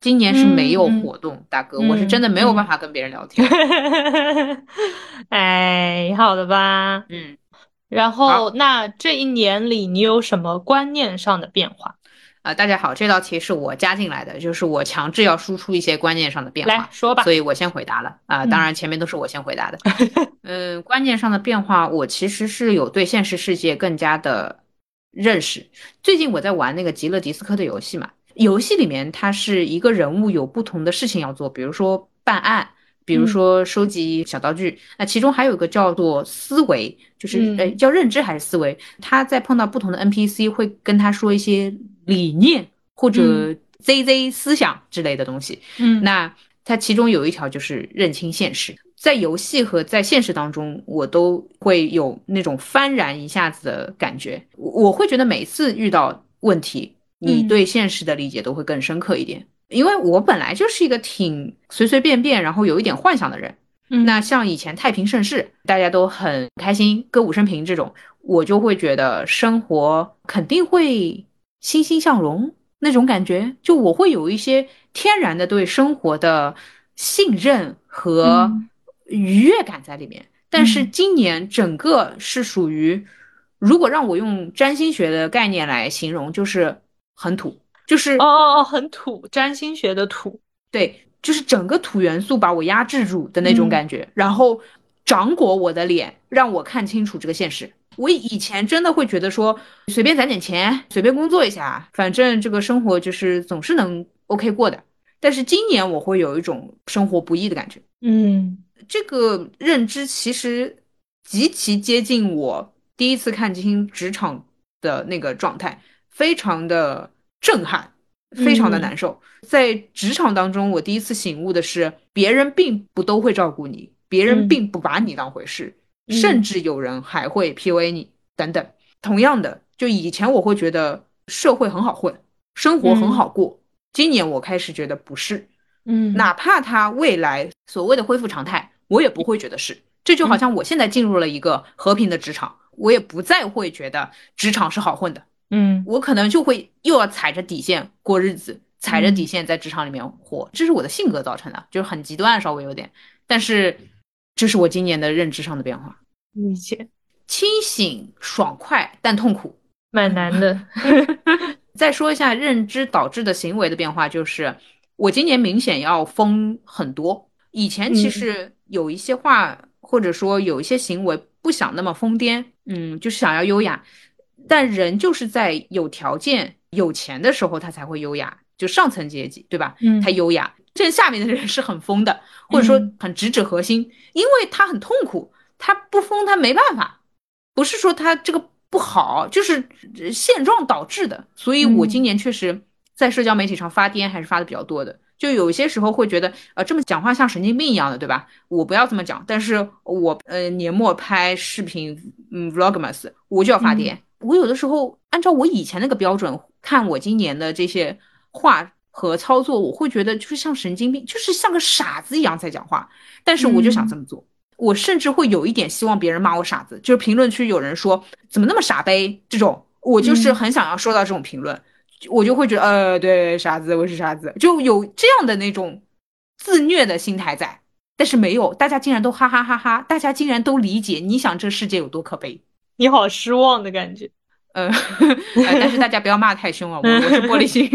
今年是没
嗯
有活动，大哥，我是真的没有办法跟别人聊天。
哎，好的吧。
嗯，
然
好
后，那这一年里你有什么观念上的变化？
啊、大家好，这道题是我加进来的，就是我强制要输出一些观念上的变化
来。说吧。
所以我先回答了啊、
嗯
当然前面都是我先回 答的。嗯，观念上的变化，我其实是有对现实世界更加的认识。最近我在玩那个极乐迪斯科的游戏嘛，游戏里面它是一个人物有不同的事情要做，比如说办案。比
嗯
如说收集小道具，那其中还有一个叫做思维，就是、
嗯
呃叫认知还是思维？他在碰到不同的 NPC 会跟他说一些理念或者
嗯
ZZ 思想之类的东西，
嗯，
那它其中有一条就是认清现实，在游戏和在现实当中，我都会有那种幡然一下子的感觉。我我会觉得每次遇到问题，你
嗯
对现实的理解都会更深刻一点。因为我本来就是一个挺随随便便，然后有一点幻想的人。
嗯
那像以前太平盛世，大家都很开心，歌舞升平这种，我就会觉得生活肯定会欣欣向荣那种感觉，就我会有一些天然的对生活的信任和
嗯
愉悦感在里面。但是
嗯
今年整个是属于，如果让我用占星学的概念来形容，就是很土，就是
哦哦哦，很土，占星学的土。
对，就是整个土元素把我压制住的那种感觉，然后掌掴我的脸，让我看清楚这个现实。我以前真的会觉得说，随便攒点钱，随便工作一下，反正这个生活就是总是能 OK 过的。但是今年我会有一种生活不易的感觉。
嗯
这个认知其实极其接近我第一次看清职场的那个状态，非常的震撼，非
嗯
常的难受。在职场当中，我第一次醒悟的是，别人并不都会照顾你，别人
嗯
并不把你当回事，
嗯
甚至有人还会 PUA 你等等。同样的，就以前我会觉得社会很好混，生活很
嗯
好过，今年我开始觉得不是。
嗯
哪怕它未来所谓的恢复常态，我也不会觉得是。这
嗯
就好像我现在进入了一个和平的职场，我也不再会觉得职场是好混的，
嗯
我可能就会又要踩着底线过日子，踩着
嗯
底线在职场里面活，这是我的性格造成的，就是很极端，稍微有点。但是，这是我今年的认知上的变化，
理解，
清醒、爽快但痛苦。
蛮难的。
再说一下认知导致的行为的变化，就是我今年明显要疯很多。以前其实有一些话，或者说有一些行为不想那么疯癫，嗯，就是想要优雅。但人就是在有条件、有钱的时候，他才会优雅，就上层阶级，对吧？
嗯
他优雅，这下面的人是很疯的，或者说
嗯
很直指核心，因为他很痛苦，他不疯他没办法。不是说他这个不好，就是呃现状导致的。所以我
嗯
今年确实在社交媒体上发癫还是发的比较多的。就有些时候会觉得，呃，这么讲话像神经病一样的，对吧？我不要这么讲，但是我呃年末拍视频，嗯，vlogmas，我就要发癫。我有的时候按照我以前那个标准看我今年的这些话和操作，我会觉得就是像神经病，就是像个傻子一样在讲话。但是我就想这么做，我甚至会有一点希望别人骂我傻子，就是评论区有人说怎么那么傻呗这种，我就是
嗯
很想要收到这种评论，我就会觉得呃对傻子我是傻子，就有这样的那种自虐的心态在，但是没有，大家竟然都哈哈哈哈，大家竟然都理解，你想这世界有多可悲。
你好失望的感觉。
呃，呃但是大家不要骂太凶啊，我我是玻璃心。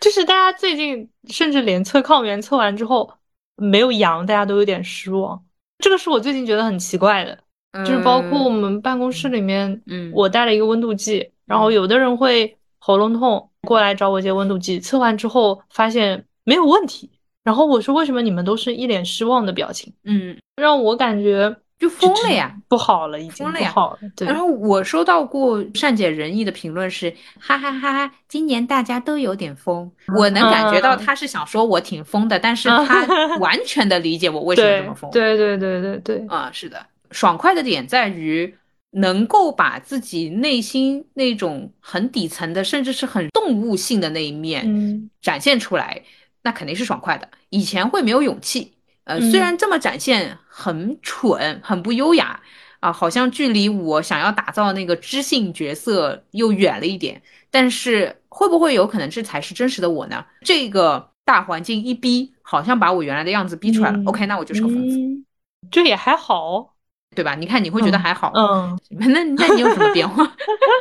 就是大家最近甚至连测抗原测完之后没有阳，大家都有点失望。这个是我最近觉得很奇怪的， 就是包括我们办公室里面，
嗯
我带了一个温度计，然后有的人会喉咙痛过来找我借温度计，测完之后发现没有问题。然后我说为什么你们都是一脸失望的表情，
嗯，
让我感觉
就疯了呀。
不好了，已经
疯了
不
呀
好了。对，
然后我收到过善解人意的评论是，哈哈哈哈，今年大家都有点疯。我能感觉到
嗯
他是想说我挺疯的，但是
嗯
他完全的理解我为什么
对
这么疯。
对对对对对，
啊、是的，爽快的点在于能够把自己内心那种很底层的，甚至是很动物性的那一面，
嗯
展现出来，那肯定是爽快的。以前会没有勇气，呃，
嗯
虽然这么展现很蠢，很不优雅啊、好像距离我想要打造那个知性角色又远了一点。但是会不会有可能这才是真实的我呢？这个大环境一逼，好像把我原来的样子逼出来了。
嗯
OK，那我就是个疯子，
嗯，这也还好，
对吧？你看你会觉得还好，
嗯，
那那你有什么变化？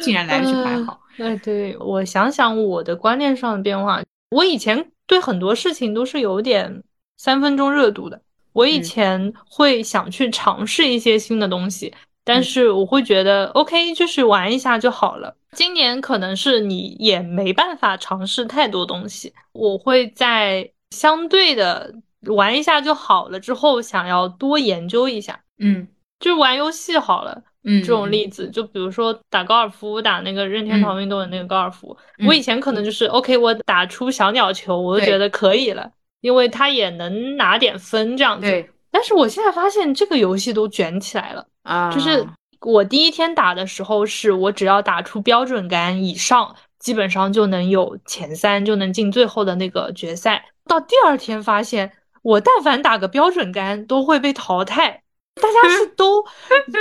竟然来的是还好，
哎，对，我想想我的观念上的变化，我以前对很多事情都是有点三分钟热度的，我以
嗯
前会想去尝试一些新的东西，但
嗯
是我会觉得 OK，就是玩一下就好了。今年可能是你也没办法尝试太多东西，我会在相对的玩一下就好了之后，想要多研究一下。
嗯
就是玩游戏好了，
嗯，
这种例子，就比如说打高尔夫，打那个任天堂运动的那个高尔夫。
嗯
我以前可能就是、OK，我打出小鸟球，我就
对
觉得可以了，因为它也能拿点分这样子。
对
但是我现在发现这个游戏都卷起来了，
啊，
就是我第一天打的时候，是我只要打出标准杆以上，基本上就能有前三，就能进最后的那个决赛。到第二天发现，我但凡打个标准杆都会被淘汰。大家是都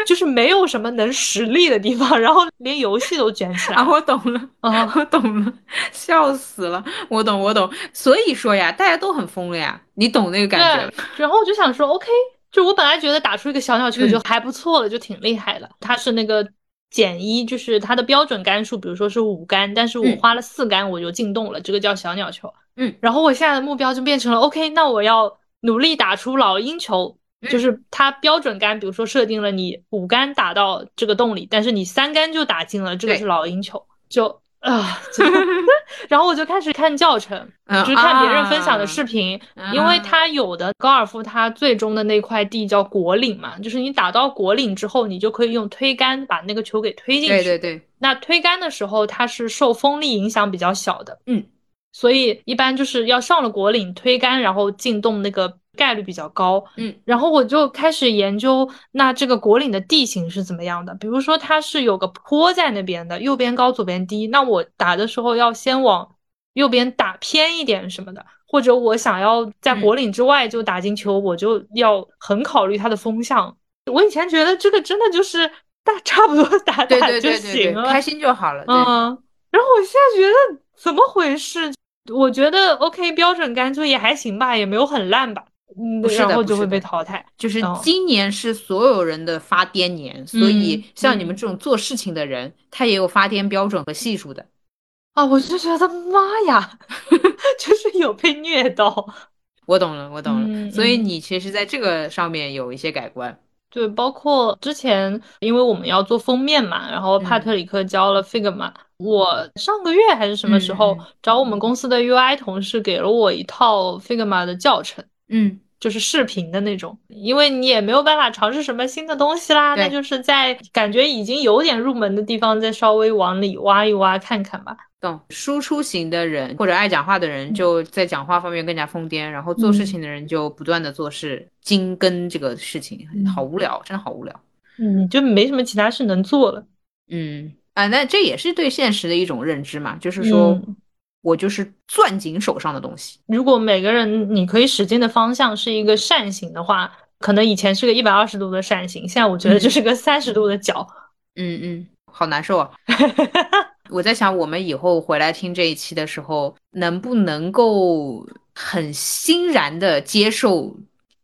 就是没有什么能实力的地方，然后连游戏都卷起来
啊，
了。
我懂了。
啊，
我懂了，笑死了，我懂，我懂。所以说呀，大家都很疯了呀，你懂那个感觉
对，然后我就想说，OK，就我本来觉得打出一个小鸟球
嗯
就还不错了，就挺厉害的。它是那个减一，就是它的标准杆数，比如说是五杆，但是我花了四杆我就进洞了，这个叫小鸟球。
嗯，
然后我现在的目标就变成了，OK，那我要努力打出老鹰球，
嗯
就是它标准杆，比如说设定了你五杆打到这个洞里，但是你三杆就打进了，这个是老鹰球，就。 啊，然后我就开始看教程，
嗯
就是看别人分享的视频，
啊
因为它有的高尔夫它最终的那块地叫果岭嘛，就是你打到果岭之后，你就可以用推杆把那个球给推进去。
对对对，
那推杆的时候，它是受风力影响比较小的，
嗯，
所以一般就是要上了果岭推杆，然后进洞那个概率比较高，
嗯，
然后我就开始研究那这个果岭的地形是怎么样的，比如说它是有个坡在那边的，右边高左边低，那我打的时候要先往右边打偏一点什么的。或者我想要
嗯
在果岭之外就打进球，我就要很考虑它的风向。我以前觉得这个真的就是大 差不多打
对
打
对
就
对对
行
对，
了，
开心就好了。对，
嗯，然后我现在觉得怎么回事？我觉得 OK 标准杆就也还行吧，也没有很烂吧，嗯，
不是的
然后
不
就是会
的
被淘汰。
就是
哦
今年是所有人的发癫年，所以
嗯
像你们
嗯
这种做事情的人，他也有发癫标准和系数的。
啊，我就觉得妈呀， 就是有被虐到。
我懂了，我懂了。
嗯
所以
嗯
你其实在这个上面有一些改观。
对，包括之前，因为我们要做封面嘛，然后帕
嗯
特里克教了 Figma，我上个月还是什么时候
嗯嗯
找我们公司的 UI 同事给了我一套 Figma 的教程。
嗯，
就是视频的那种，因为你也没有办法尝试什么新的东西啦，
对
那就是在感觉已经有点入门的地方，再稍微往里挖一挖看看吧。
懂。输出型的人或者爱讲话的人，
嗯
就在讲话方面更加疯癫，然后做事
嗯
情的人就不断的做事，精耕这个事情，
嗯
好无聊，真的好无聊。
嗯，就没什么其他事能做了。
嗯啊，那这也是对现实的一种认知嘛，就是说
嗯
我就是攥紧手上的东西。
如果每个人你可以使劲的方向是一个扇形的话，可能以前是个一百二十度的扇形，现在我觉得就是个三十度的角。
嗯嗯，好难受啊。 我在想，我们以后回来听这一期的时候，能不能够很欣然的接受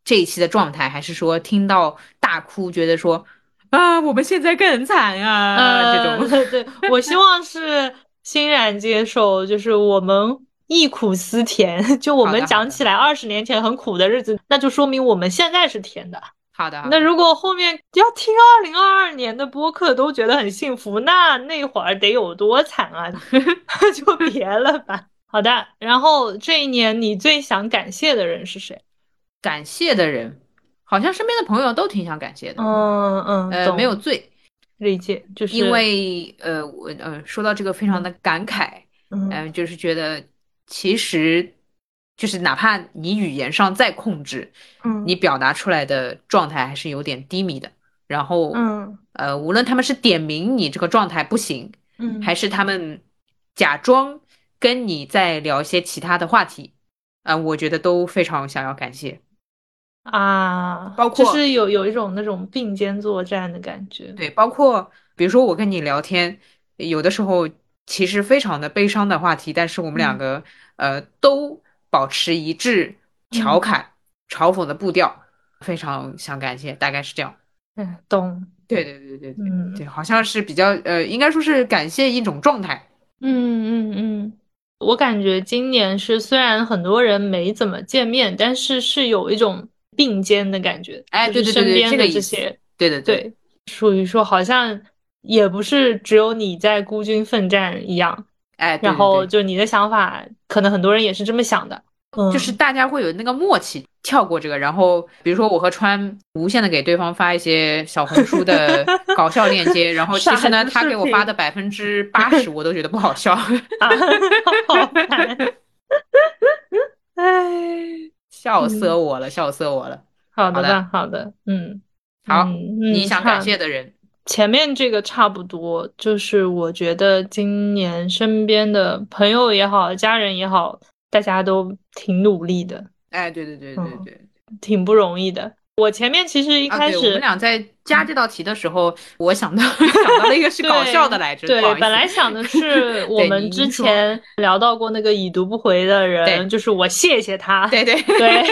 这一期的状态，还是说听到大哭，觉得说啊，我们现在更惨 啊这
呃，
种？
对对，我希望是欣然接受，就是我们忆苦思甜， 就我
好的
们
好
讲
的
起来二十年前很苦的日子，那就说明我们现在是甜的。
好的，好的
那如果后面要听二零二二年的播客都觉得很幸福，那那会儿得有多惨啊！ 就别了吧。好的，然后这一年你最想感谢的人是谁？
感谢的人，好像身边的朋友都挺想感谢的。
嗯嗯，
呃，
懂
没有罪，
理解，就是
因为呃，我呃说到这个非常的感慨，
嗯
嗯，就是觉得其实就是哪怕你语言上再控制，
嗯
你表达出来的状态还是有点低迷的。然后，
嗯
呃，无论他们是点名你这个状态不行，
嗯
还是他们假装跟你在聊一些其他的话题，呃，我觉得都非常想要感谢。
啊，
包
就
括
是有有一种那种并肩作战的感觉。
对，包括比如说我跟你聊天，有的时候其实非常的悲伤的话题，但是我们两
嗯
个呃都保持一致调
嗯
侃、嘲讽的步调，非常想感谢，大概是这样。
嗯，懂。
对对对对对
嗯
对，好像是比较呃，应该说是感谢一种状态。
嗯嗯嗯，我感觉今年是虽然很多人没怎么见面，但是是有一种并肩的感觉，
哎，
就
对
是
对对
身
对，
边
这个
的
意
这
思
些，
对对对
对，属于说好像也不是只有你在孤军奋战一样，
哎，对
然
对
后
对
就你的想法，可能很多人也是这么想的。嗯，
就是大家会有那个默契，跳过这个，然后比如说我和川无限的给对方发一些小红书 的搞笑链接，然后其实呢，
傻子视
他
频
给我发的百分之八十我都觉得不好笑。
啊， 好烦，哎。
笑死我了，笑死我了。
好的
好的
吧，好的，嗯，
好
嗯，
你
嗯
想
差
感谢的人，
前面这个差不多，就是我觉得今年身边的朋友也好，家人也好，大家都挺努力的，
哎，对对对对对对。
挺不容易的。我前面其嗯实一
啊，
开
对，我们
始嗯
俩在加这道题的时候，我想到 想到了一个是搞笑的来着，
对
不好意思
本来想的是我
对
们
你
之
你说
前聊到过那个已读不回的人，
对
就是我谢谢他，
对 对，
对，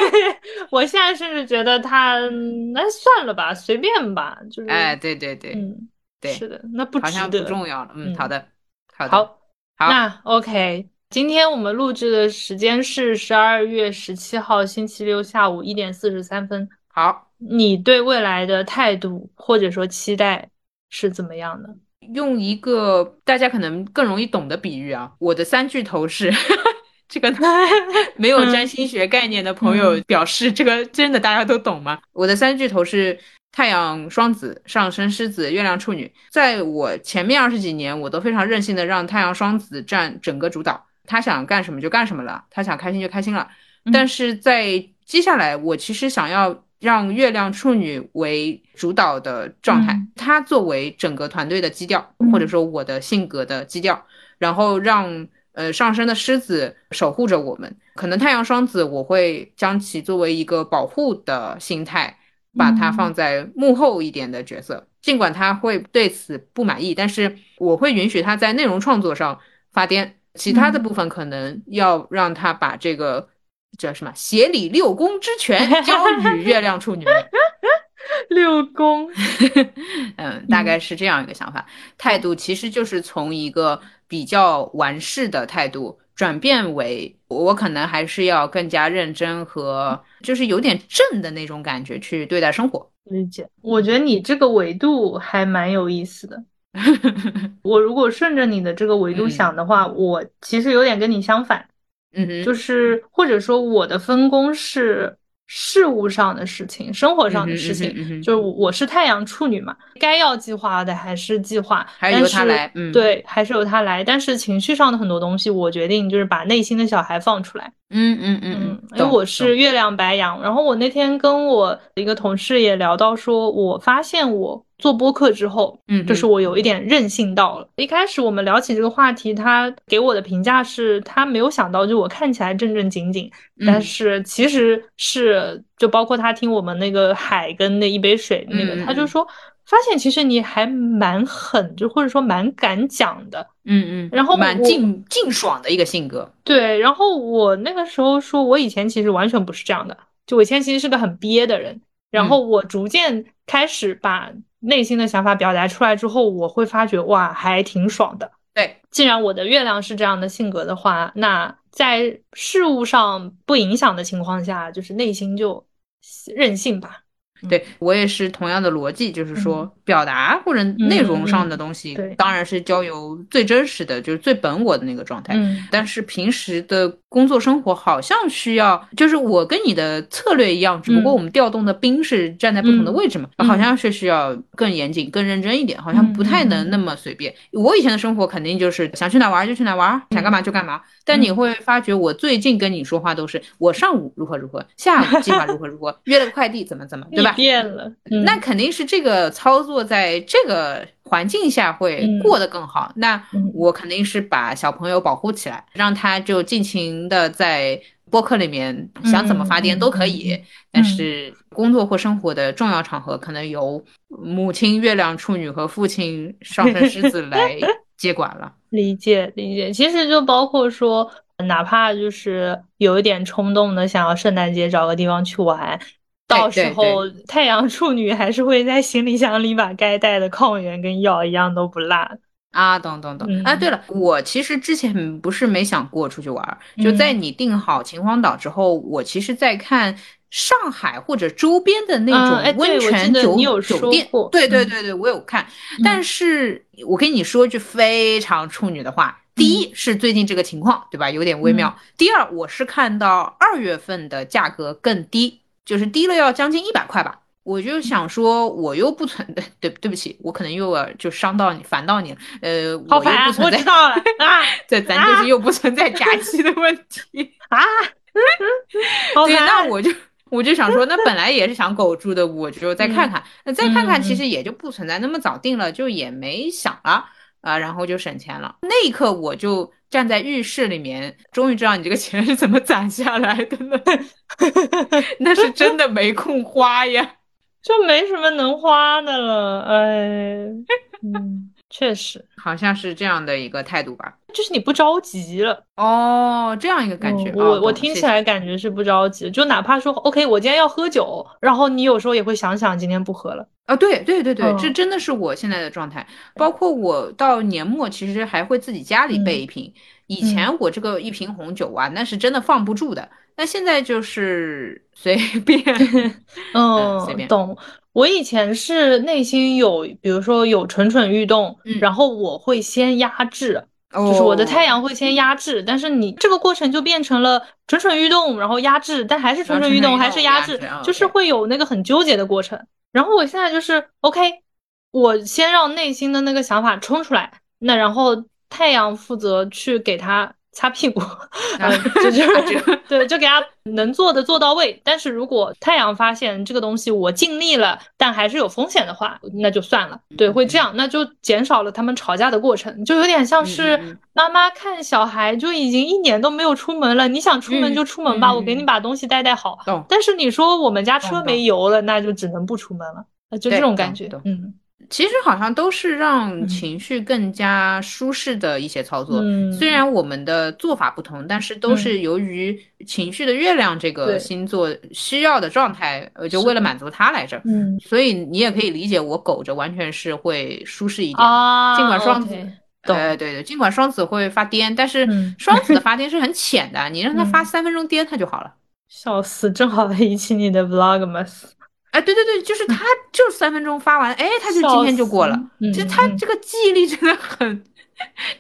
我现在甚至觉得他，嗯那算了吧，随便吧，就是，
哎，对对对
嗯，
对，
是的，那不
好
值
像
得。
不重要了。嗯，
嗯
好的，好的，
好，
好
那 OK，今天我们录制的时间是十二月十七号星期六下午一点四十三分。
好，
你对未来的态度或者说期待是怎么样 的？
用一个大家可能更容易懂的比喻啊，我的三巨头是 这 个没有
嗯
占星学概念的朋友表示，这个真的大家都懂吗？我的三巨头是太阳双子、上升狮子、月亮处女。在我前面二十几年，我都非常任性的让太阳双子占整个主导，他想干什么就干什么了，他想开心就开心了。
嗯
但是在接下来，我其实想要让月亮处女为主导的状态
嗯，
它作为整个团队的基调
嗯，
或者说我的性格的基调，然后让呃上升的狮子守护着我们。可能太阳双子，我会将其作为一个保护的心态，把它放在幕后一点的角色。尽管他会对此不满意，但是我会允许他在内容创作上发癫，其他的部分可能要让他把这个叫什么协理六宫之权交予月亮处女们。
六宫，
嗯，大概是这样一个想法。态度其实就是从一个比较完事的态度转变为，我可能还是要更加认真和就是有点正的那种感觉去对待生活。
理解。我觉得你这个维度还蛮有意 思的。我如果顺着你的这个维度
嗯
想的话，我其实有点跟你相反。
嗯哼，
就是或者说我的分工是事务上的事情，生活上的事
嗯
情。
哼嗯哼嗯哼
就是我我是太阳处女嘛，该要计划的还是计划，
还是
但
由他
是
来嗯
对，还是由他来。但是情绪上的很多东西，我决定就是把内心的小孩放出来。
嗯嗯
嗯
嗯，
因为
懂
我是月亮白羊，然后我那天跟我一个同事也聊到说，我发现我做播客之后，
嗯哼
就是我有一点任性到了。一开始我们聊起这个话题，他给我的评价是他没有想到，就我看起来正正经经，
懂
但是其实是就包括他听我们那个海跟那一杯水那个，
嗯嗯
他就
嗯
说发现其实你还蛮狠，就或者说蛮敢讲的。
嗯嗯，
然后
蛮
我
静静爽的一个性格。
对，然后我那个时候说，我以前其实完全不是这样的，就我以前其实是个很憋的人，然
嗯
后我逐渐开始把内心的想法表达出来之后，我会发觉哇，还挺爽的。
对，
既然我的月亮是这样的性格的话，那在事物上不影响的情况下，就是内心就任性吧。
对我也是同样的逻辑，就是说表达或者内容上的东西，
嗯嗯嗯嗯对
当然是交由最真实的，就是最本我的那个状态。
嗯
但是平时的工作生活好像需要，就是我跟你的策略一样，只不过
嗯
我们调动的兵是站在不同的
嗯
位置嘛，
嗯
好像是需要更严谨、更认真一点，好像不太
嗯嗯
能
嗯
那么随便。我以前的生活肯定就是想去哪玩就去哪玩，想干嘛就干
嗯
嘛。但你会发觉，我最近跟你说话都是我上午如何如何，下午计划如何如何，约了个快递怎么怎么，对吧
你？变了，嗯
那肯定是这个操作在这个环境下会
嗯
过得更好。那
嗯
我肯定是把小朋友保护起来，让他就尽情的在播客里面想怎么发
嗯
癫
嗯
都可以。但
嗯
是工作或生活的重要场合，可能由母亲月亮处女和父亲 上升狮子来接管了。
理解理解，其实就包括说，哪怕就是有一点冲动的想要圣诞节找个地方去玩，到时
哎对对
候 太阳处女还是会在行李箱里把该带的抗原跟药一样都不落。
啊，懂懂懂。啊，
嗯
对了，我其实之前不是没想过出去玩儿，就在
嗯
你定好秦皇岛之后，我其实在看上海或者周边的那
嗯
种
哎对
温
我记
泉
得
酒
你有
酒
说
店
过。
对对
嗯
对对，我有看。但是我跟你说一句非常处女的话，
嗯
第一是最近这个情况，对吧？有点微妙。第二，我是看到二月份的价格更低，就是低了要将近一百块吧。我
嗯
就想说，我又不存对对不起，我可能又要就伤到你，烦到你了。呃，
好
我又
烦
不，存
我
在
知道了啊
对，咱这是又不存 在假期的问题。
啊，好
对，那
烦，啊
我就我就想说，那本来也是想苟住的，我就再
嗯
看看，那再看看，其实也就不存在那么早定了，就也没想了啊、然后就省钱了。那一刻，我就站在浴室里面，终于知道你这个钱是怎么攒下来的呢？ 那是真的没空花呀。
就没什么能花的了，哎，嗯， 确实，
好像是这样的一个态度吧。
就是你不着急了。
哦，这样一个感觉，
嗯我
哦
我
懂
听
谢
起
谢
来感觉是不着急，就哪怕说 OK，我今天要喝酒，然后你有时候也会想想今天不喝了，
啊，对对对对，
嗯
这真的是我现在的状态。包括我到年末，其实还会自己家里
嗯
备一瓶。以前我这个一瓶红酒啊，那是真的放不住的。那现在就是随 便，嗯随便
懂。我以前是内心有，比如说有蠢蠢欲动，
嗯
然后我会先压制，
就
就是我的
嗯
太阳会先压制，但是你这个过程就变成了蠢蠢欲动，然后压制，但还是蠢蠢欲动，
然后
还
啊蠢
是
蠢欲动
压
压
制
制啊，
就是
，OK
会有那个很纠结的过程。然后我现在就是 OK，我先让内心的那个想法冲出来，那然后太阳负责去给它擦屁股，
啊
呃，就就
啊这
是对，就给它能做的做到位。但是如果太阳发现这个东西我尽力了，但还是有风险的话，那就算了。
嗯
对，会这样，那就减少了他们吵架的过程，就有点
嗯
像
嗯
是
嗯
妈妈看小孩就已经一年都没有出门了，你想出门
嗯
就出门吧，
嗯嗯
我给你
嗯
把东西带带好。
懂
但是你说我们家
懂
车
懂
没油了，那就只能不出门了，那就
对
这种
懂
感觉
懂。
嗯
其实好像都是让
嗯
情绪更加舒适的一些操作。
嗯，
虽然我们的做法不同，但是都是由于情绪的月亮这
对
个星座需要的状态，呃，就是为了
的
满足它来着。
嗯
所以你也可以理解，我苟着完全是会舒适一点。
啊，
尽管双子
OK，懂
呃，对对，尽管双子会发癫，但是
嗯
双子的发癫是很浅的，你让他发
嗯
三分钟癫，他就好了。
笑死，正好引起你的 Vlogmas，
哎，对对对，就是他就三分钟发完，哎，他就今天就过了。
嗯笑死。
其实
嗯
他
嗯
这个记忆力真的很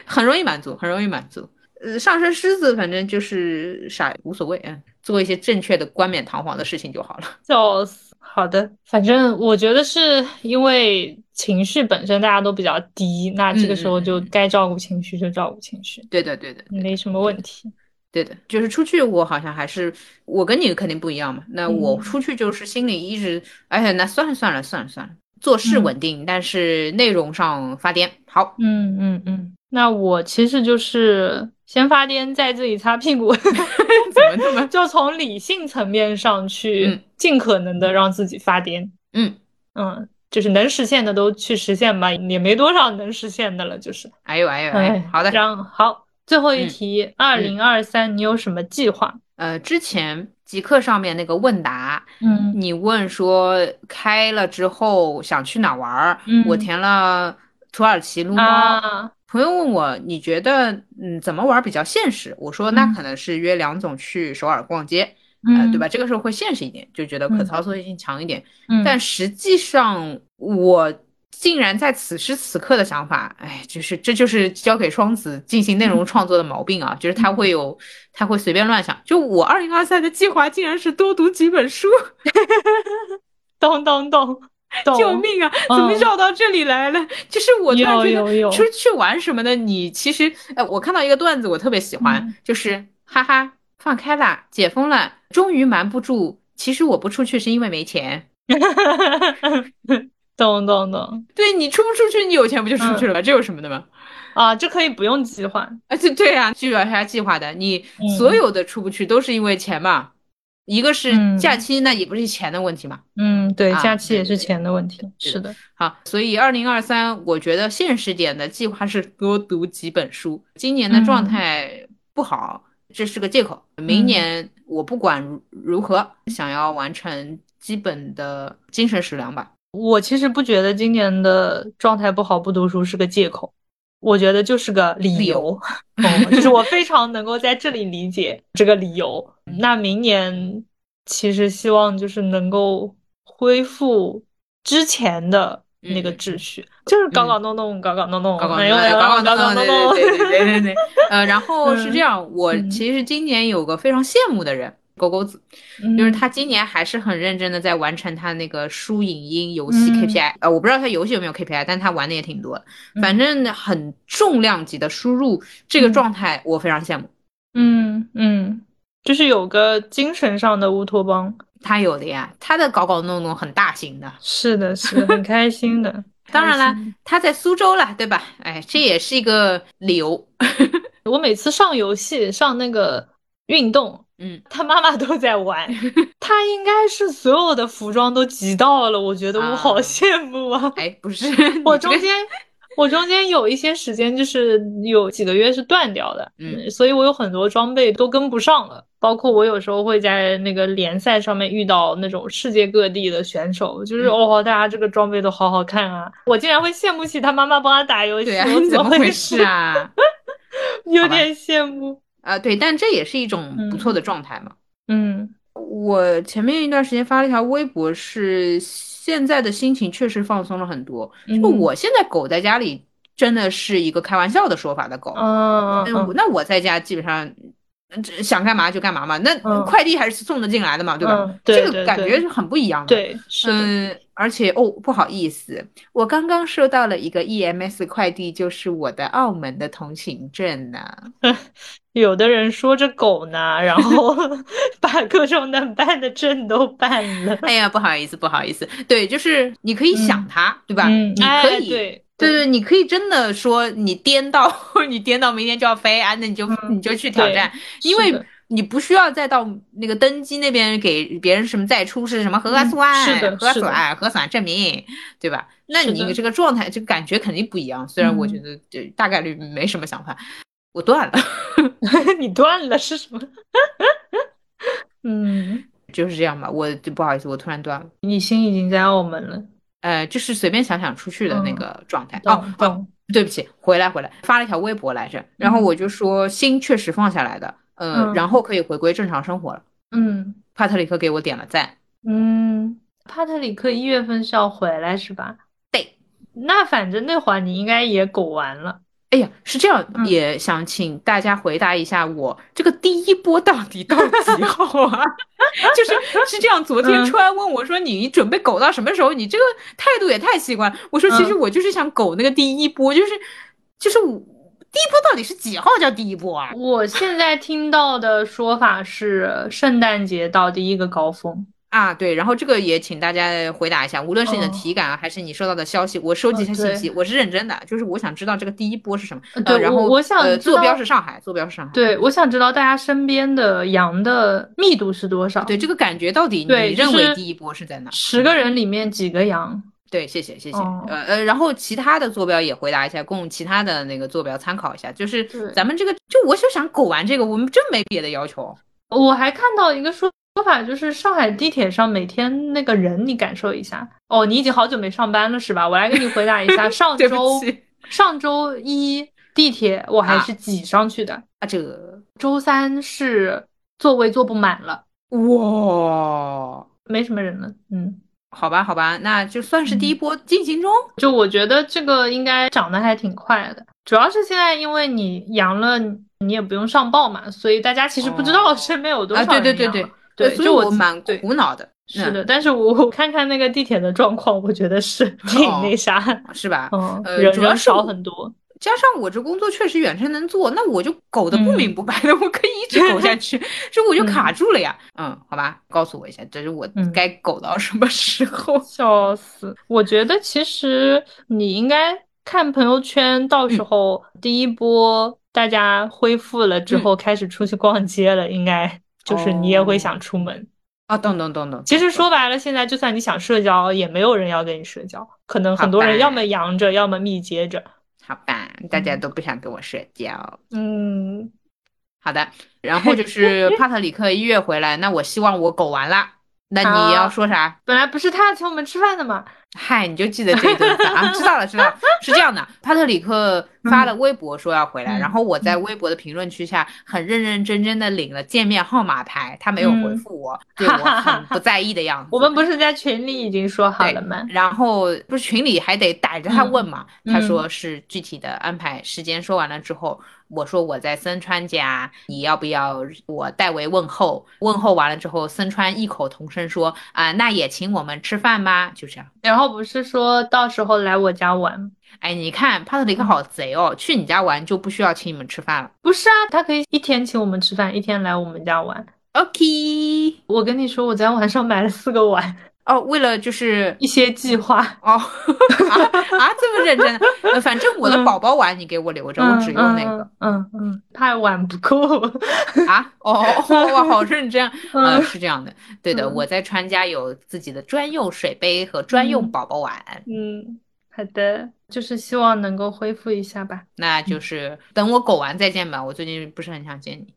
很容易满足，很容易满足。呃，上升狮子反正就是啥无所谓，嗯，做一些正确的冠冕堂皇的事情就好了。
笑死，好的，反正我觉得是因为情绪本身大家都比较低，那这个时候
嗯嗯嗯
就该照顾情绪就照顾情绪，
对的，对的，
没什么问题。
对的，就是出去我好像还是我跟你肯定不一样嘛。那我
嗯
出去就是心里一直，哎呀，那算了算了算了算了，做事
嗯
稳定，但是内容上发癫。好，
嗯嗯嗯，那我其实就是先发癫，再自己擦屁股，
怎么那么
就从理性层面上去
嗯
尽可能的让自己发癫。
嗯，
嗯，就是能实现的都去实现吧，也没多少能实现的了，就是。
哎呦哎呦哎呦，好的。
然后好，最后一
嗯
题，二零二三，你有什么计划？
呃，之前极客上面那个问答，
嗯
你问说开了之后想去哪玩儿，
嗯
我填了土耳其撸猫。
啊，
朋友问我你觉得嗯怎么玩儿比较现实？我说那
嗯
可能是约梁总去首尔逛街，呃
嗯，
对吧？？这个时候会现实一点，就觉得可
嗯
操作性强一点。
嗯，
但实际上，我竟然在此时此刻的想法，哎，就是这就是交给双子进行
嗯
内容创作的毛病啊，就是他会有，他会随便乱想。就我二零二三的计划竟然是多读几本书，
咚咚咚咚，
救命啊！怎么
嗯
绕到这里来了？就是我突然觉
有有有
得出去玩什么的，你其实，呃，我看到一个段子，我特别喜欢
嗯，
就是哈哈，放开啦，解封了，终于瞒不住。其实我不出去是因为没钱。
咚 咚咚
对你出不出去，你有钱不就出去了吧？这有什么的吗？
啊，这可以不用计划。
啊，对对啊，剧本杀计划的，你
嗯
所有的出不去都是因为钱嘛，一个
嗯
是假期，那也不是钱的问题嘛。
嗯，对，
啊
假期
对
也
对
是
对
钱的问题。
对
是的，
好，所以二零二三，我觉得现实点的计划是多读几本书。今年的状态不好，这是个借口。明年我不管如如何，想要完成基本的精神食粮吧。
我其实不觉得今年的状态不好不读书是个借口，我觉得就是个理
理
由
由。
哦，就是我非常能够在这里理解这个 理由。
嗯
那明年其实希望就是能够恢复之前的那个秩序，就是搞搞弄弄，搞搞弄弄，
嗯搞搞
哎
弄
呦
弄，
哎呦
搞搞弄
搞弄
弄，
弄，
对对对对对对。呃，然后是
嗯
这样，我
嗯
其实今年有个非常羡慕的人，狗狗子，
嗯
就是他今年还是很认真的在完成他那个书影音游戏
嗯
KPI。呃，我不知道他游戏有没有 KPI，但他玩的也挺多的，
嗯
反正很重量级的输入，这个
嗯
状态我非常羡慕。
嗯嗯，就是有个精神上的乌托邦。
他有的呀，他的搞搞弄弄很大型的。
是的，是的，很开心的。
当然
开
啦
心，
他在苏州了，对吧？哎，这也是一个理由。
我每次上游戏上那个运动，
嗯，
他妈妈都 在玩，他应该是所有的服装都集到了，我觉得我好
啊
羡慕啊！
哎，不是，
我
你这
中
个
间我中间有一些时间就是有几个月是断掉的，
嗯，
所以我有很多装备都跟不上了。包括我有时候会在那个联赛上面遇到那种世界各地的选手，就是
嗯
哦，大家这个装备都好好看啊，我竟然会羡慕起他妈妈帮他打游戏，
对啊，
我
你怎么
么
回事？啊？
有
好吧
点羡慕，
啊，对，但这也是一种不错的状态嘛。
嗯
我前面一段时间发了一条微博，是现在的心情确实放松了很多。
嗯
就我现在狗在家里真的是一个开玩笑的说法的狗。
嗯
那
嗯
我那我在家基本上嗯这想干嘛就干嘛嘛。那
嗯
快递还是送的进来的嘛，对吧？
嗯对
这
对
个感
对
觉是很不一样的。
对是的，
嗯，而且哦，不好意思，我刚刚收到了一个 EMS 快递，就是我的澳门的通行证呢、
有的人说着狗呢，然后 把各种能办的证都办 了，
哎呀，不好意思，不好意思，对，就是你可以想他，对吧？
嗯，
你
哎
可以，
对
对对，你可以真的说你颠到， 你颠到明天就要飞啊，那你就、
嗯
你就去挑战，因
是
为
的
你不需要再到那个登机那边给别人什么再出示什么核
嗯
酸、
是的
核
是的
酸、核酸证明，对吧？那
是
你
的
这个状态，这个感觉肯定不一样。虽然我
嗯
觉得这大概率没什么想法，我断了，
你断了是什么？ 嗯，
就是这样吧。我就不好意思，我突然断了。
你心已经在澳门了，
呃，就是随便想想出去的那个状态哦
嗯懂
哦，
懂，
对不起，回来回来，发了一条微博来着，然后我就说心确实放下来的，呃，
嗯
然后可以回归正常生活了。
嗯
帕特里克给我点了赞，
嗯，帕特里克一月份是要回来是吧？
对，
那反正那会儿你应该也苟完了，
哎呀，是这样，
嗯
也想请大家回答一下我这个第一波到底到几号啊？ 就是是这样，昨天
嗯
川问我说你准备苟到什么时候？你这个态度也太奇怪了。我说其实
嗯
我就是想苟那个第一波，就是就是我第一波到底是几号叫第一波啊？
我现在听到的说法是圣诞节到第一个高峰。
啊，对，然后这个也请大家回答一下，无论是你的
哦
体感啊，还是你收到的消息，我收集一下
哦
信
对
息，我是认真的，就是我想知道这个第一波是什么。
呃
呃
对，
然
我
后
我想
呃，
知
坐标
道
是上海，坐标是上海。
对，我想知道大家身边的羊的密度是多少？
对，这个感觉到底
对
你
就
认为
是
第一波是在哪？嗯
十个人里面几个羊？
对，谢谢谢谢。
哦
呃呃，然后其他的坐标也回答一下，供其他的那个坐标参考一下。就是
对
咱们这个，就我就想苟完这个，我们真没别的要求。
我还看到一个说说法，就是上海地铁上每天那个人，你感受一下。哦，你已经好久没上班了是吧？我来给你回答一 下，上
对不
周
起
上周一地铁我还
啊
是挤上去的，
啊，这个
周三是座位坐不满了，
哇，
没什么人了，嗯。
好吧好吧，那就算是第一波进行中。
就我觉得这个应该涨得还挺快的，主要是现在因为你阳了，你也不用上报嘛，所以大家其实不知道
哦
身边有多
啊，对
少人
对对
阳
对
了。对，
所以
就
我
自
蛮嗯
对
苦恼的，
是的，但是我我看看那个地铁的状况，我觉得是挺那啥，
嗯，是吧？
嗯，
哦呃
人
主要
人
是
少
我
很多。
加上我这工作确实远程能做，那我就苟得不
嗯
明不白的，我可以一直苟下 去，这我就卡住了呀。嗯，好吧，告诉我一下，这是我
嗯
该苟到什么时 候？
笑死！我觉得其实你应该看朋友圈，到
嗯
时候第一波大家恢复了
嗯
之后，开始出去逛街了，应该就是你也会
哦
想出门。
啊，懂懂懂懂。
其实说白了，现在就算你想社交，也没有人要跟你社交，可能很多
好
人
吧
要么阳着，要么密接着。
好吧，大家都不想跟我社交。
嗯，
好的，然 后就是帕特里克一月回来，那我希望我苟完了。那你要
好
说啥？
本来不是他要请我们吃饭的嘛。
嗨，你就记得这一顿饭啊！知道了，知道了，是这样的。帕特里克发了微博说要回来，
嗯
然后我在微博的评论区下很认认真真的领了见面号码牌，他没有回复我，对我很不在意的样子。
嗯 我们不是在群里已经说好
对
了吗？
然后不是群里还得逮着他问嘛？
嗯
他说是具体的安排时间说完了之后，我说我在森川家，你要不要我代为问候？问候完了之后，森川异口同声说啊、那也请我们吃饭吗？就这样。
然后不是说到时候来我家玩？
哎，你看帕特
嗯
里克好贼哦，去你家玩就不需要请你们吃饭了。
不是啊，他可以一天请我们吃饭，一天来我们家玩。
OK，
我跟你说，我在网上买了四个碗，
哦，为了就是
一些计划。
哦 啊啊这么认真，呃反正我的
嗯
宝宝碗你给我留着，我只用那个
嗯，嗯嗯嗯，怕碗不够。
啊。哦哦哦，哇，好认真啊，呃，是这样的，对的，
嗯
我在川家有自己的专用水杯和专用
嗯
宝宝碗。
嗯，好的，就是希望能够恢复一下吧。
那
嗯
就是等我苟完再见吧。我最近不是很想见你。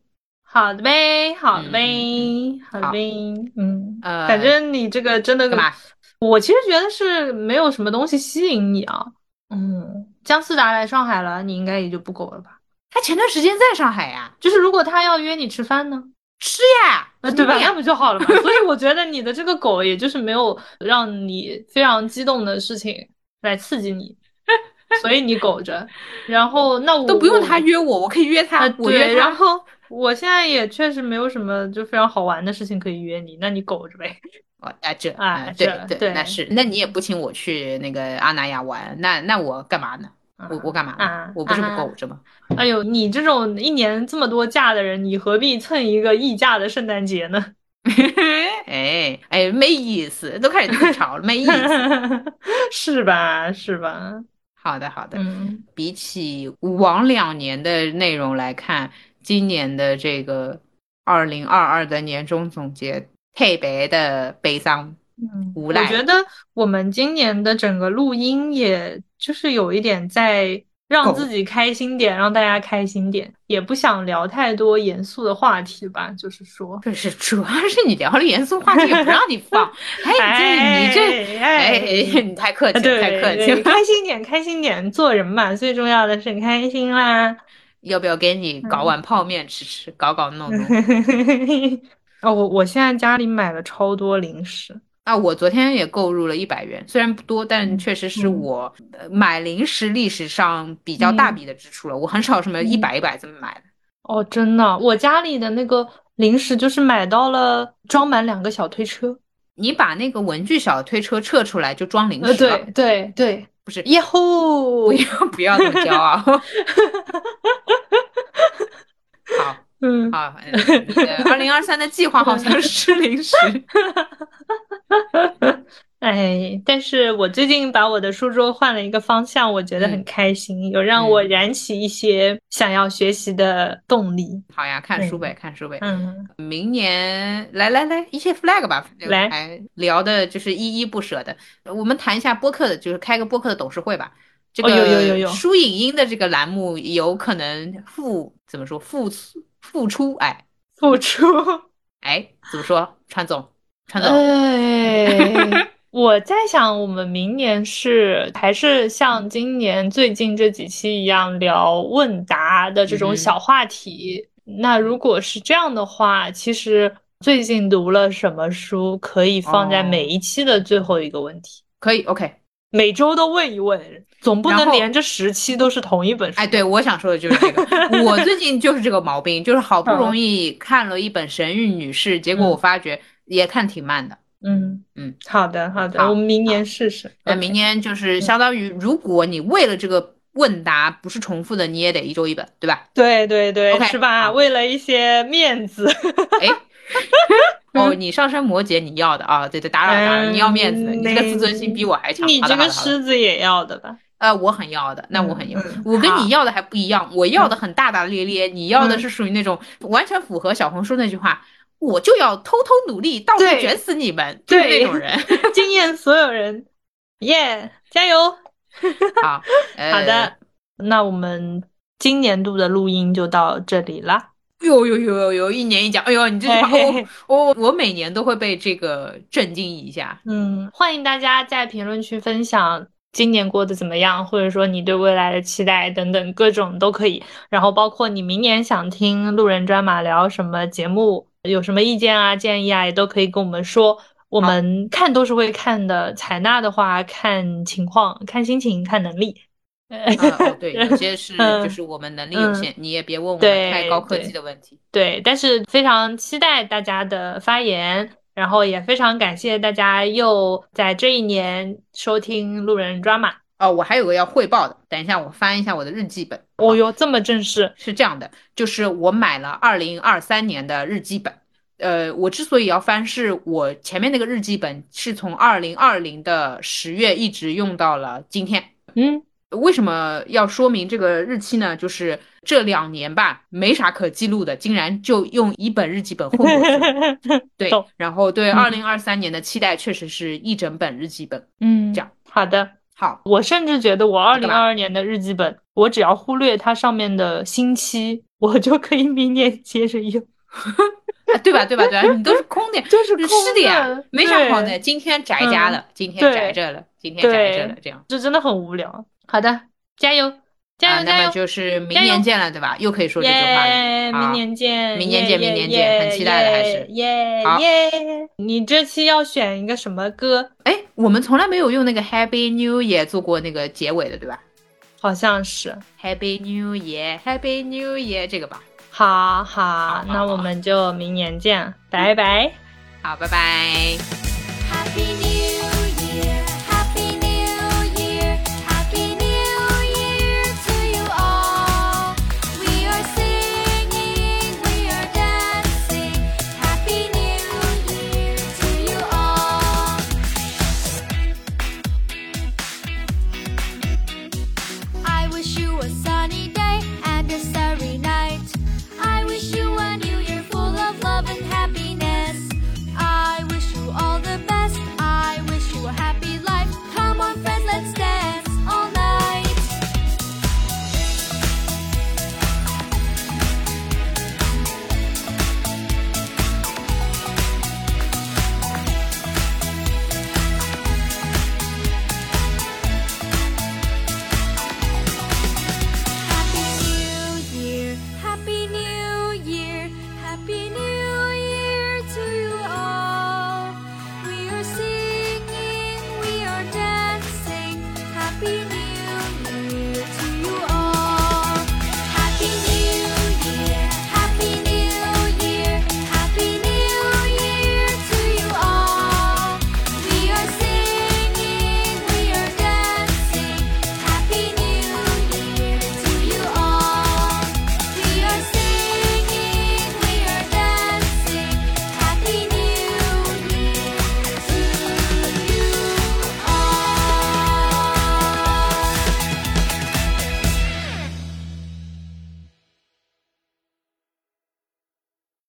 好的呗，好的呗，
嗯
好的呗，嗯，反正你这个真的
呃干嘛？
我其实觉得是没有什么东西吸引你啊。嗯，姜思达来上海了，你应该也就不苟了吧？
他前段时间在上海呀、
就是如果他要约你吃饭呢，
吃呀，
那呃对吧？
怎么
那
样
不就好 了嘛。所以我觉得你的这个狗，也就是没有让你非常激动的事情来刺激你， 所以你苟着。然后那我
都不用他
约。
约我，我可以约他，
啊，
我
对
约他。
然后我现在也确实没有什么就非常好玩的事情可以约你，那你苟着呗。
哦，啊这
啊
嗯
这
对
对
那是，那你也不请我去那个阿那亚玩，那那我干嘛呢？我我干嘛呢？
啊
我不是不
啊
苟着吗？
哎呦，你这种一年这么多假的人，你何必蹭一个溢价的圣诞节呢？
哎哎，没意思，都开始吐槽了，没 意思。
是吧？是吧？
好的好的，
嗯，
比起往两年的内容来看，今年的这个二零二二的年终总结特别的悲伤。
嗯
无
我
赖
觉得我们今年的整个录音，也就是有一点在让
狗
自己开心点，让大家开心点，也不想聊太多严肃的话题吧，就是说。
可是主要是你聊了严肃话题也不让你 放，哎，你这你这，
哎
哎，你太客气
啊，
了，太
对
客气
对，
了。
开心点，开心点，做人嘛，最重要的是开心啦。
要不要给你搞碗泡面吃吃，搞搞弄弄？
嗯哦，我我现在家里买了超多零食，
啊，我昨天也购入了一百元，虽然不多，但
嗯
确实是
嗯
我呃买零食历史上比较大笔的支出了。我很少什么一
嗯
百一百这么买的。
哦，真的，我家里的那个零食就是买到了装满两个小推车。
你把那个文具小推车撤出来就装零
呃，
食吧，
对对对，
不是
耶吼
不！要不要那么骄傲。 好
嗯，
好，嗯你的二零二三的计划好像是吃零食。
哎，但是我最近把我的书桌换了一个方向，我觉得很
嗯
开心，有让我
嗯
燃起一些想要学习的动力。
好呀，看书呗，看书呗。
嗯，
明年来来来，一些 flag 吧，
来
还聊的就是依依不舍的。我们谈一下播客的，就是开个播客的董事会吧。这
哦
个
有有有有
书影音的这个栏目有可能复怎么说复复出？哎
付出。
哎，怎么说？川总，川
呃
总，
哎， 我在想，我们明年是还是像今年最近这几期一样聊问答的这
嗯
种
哼
小话题？那如果是这样的话，其实最近读了什么书可以放在
哦
每一期的最后一个问题，
可以 OK。
每周都问一问，总不
然
能
后
连着十期都是同一本书
哎，对，我想说的就是这个。我最近就是这个毛病，就是好不容易看了一本《神韵女士》，结果我发觉也看挺慢的。
嗯
嗯，
好的好的，
好
我们明年试试。
那
OK 嗯
明年就是相当于，如果你为了这个问答不是重复的，你也得一周一本，对吧？
对对对
OK，
是吧？
好
为了一些面子，
哎，哦，你上升摩羯你要的啊？对对，打扰打扰，
嗯
你要面子，你这个
那
自尊心比我还强。
你
好
这
的好
个
的好的，
狮子也要的吧？
呃，我很要的，那我很要
嗯嗯，
我跟
好嗯
你要的还不一样，我要的很大大咧咧，你要的是属于那种完全符合小红书那句话。我就要偷偷努力，到处
对
卷死你们，就是
对
那种人。
惊艳所有人，耶、加油！
好，呃
好的，那我们今年度的录音就到这里啦。
呦呦呦呦呦，一年一讲，哎呦，你这句话，
嘿嘿
我
嘿
我我每年都会被这个震惊一下。
嗯，欢迎大家在评论区分享今年过得怎么样，或者说你对未来的期待等等各种都可以。然后包括你明年想听路人抓马聊什么节目，有什么意见啊、建议啊，也都可以跟我们说。我们看都是会看的，采纳的话看情况、看心情、看能力。
啊，哦，对，有些是
嗯
就是我们能力有限，你也别问我们
对
太高科技的问题。
对，但是非常期待大家的发言，然后也非常感谢大家又在这一年收听路人抓马。
哦，我还有个要汇报的，等一下我翻一下我的日记本。
哦哟，这么正式，
是这样的，就是我买了二零二三年的日记本。呃，我之所以要翻，是我前面那个日记本是从二零二零的十月一直用到了今天。
嗯
为什么要说明这个日期呢？就是这两年吧，没啥可记录的，竟然就用一本日记本混过去了。 对
懂，
然后对
嗯
二零二三年的期待确实是一整本日记本。
嗯，
这样
好的，
好，
我甚至觉得我二
干
零
嘛
二二年的日记本，我只要忽略它上面的星期，我就可以明年接 着用，
啊对吧？对吧？对吧？你都是空的，
就是空
是的呀，没啥好的。
对嗯
今天宅家了，今天
对
宅着了，今天宅着了，这样。
这真的很无聊。好的，加油，加
啊，
油，
那
加
么
油！
就是明
加油
年见了，对吧？又可以说这句话了。
耶，
好
明年见，
明年
耶
见明
耶
年见
耶
很期待的还是
耶
好
耶。你这期要选一个什么歌？
哎，我们从来没有用那个 Happy New Year 做过那个结尾的，对吧
好像是，
？Happy New Year，Happy New Year 这个吧。
好好，
好
那我
好
们就明年见，拜拜。
好，拜拜。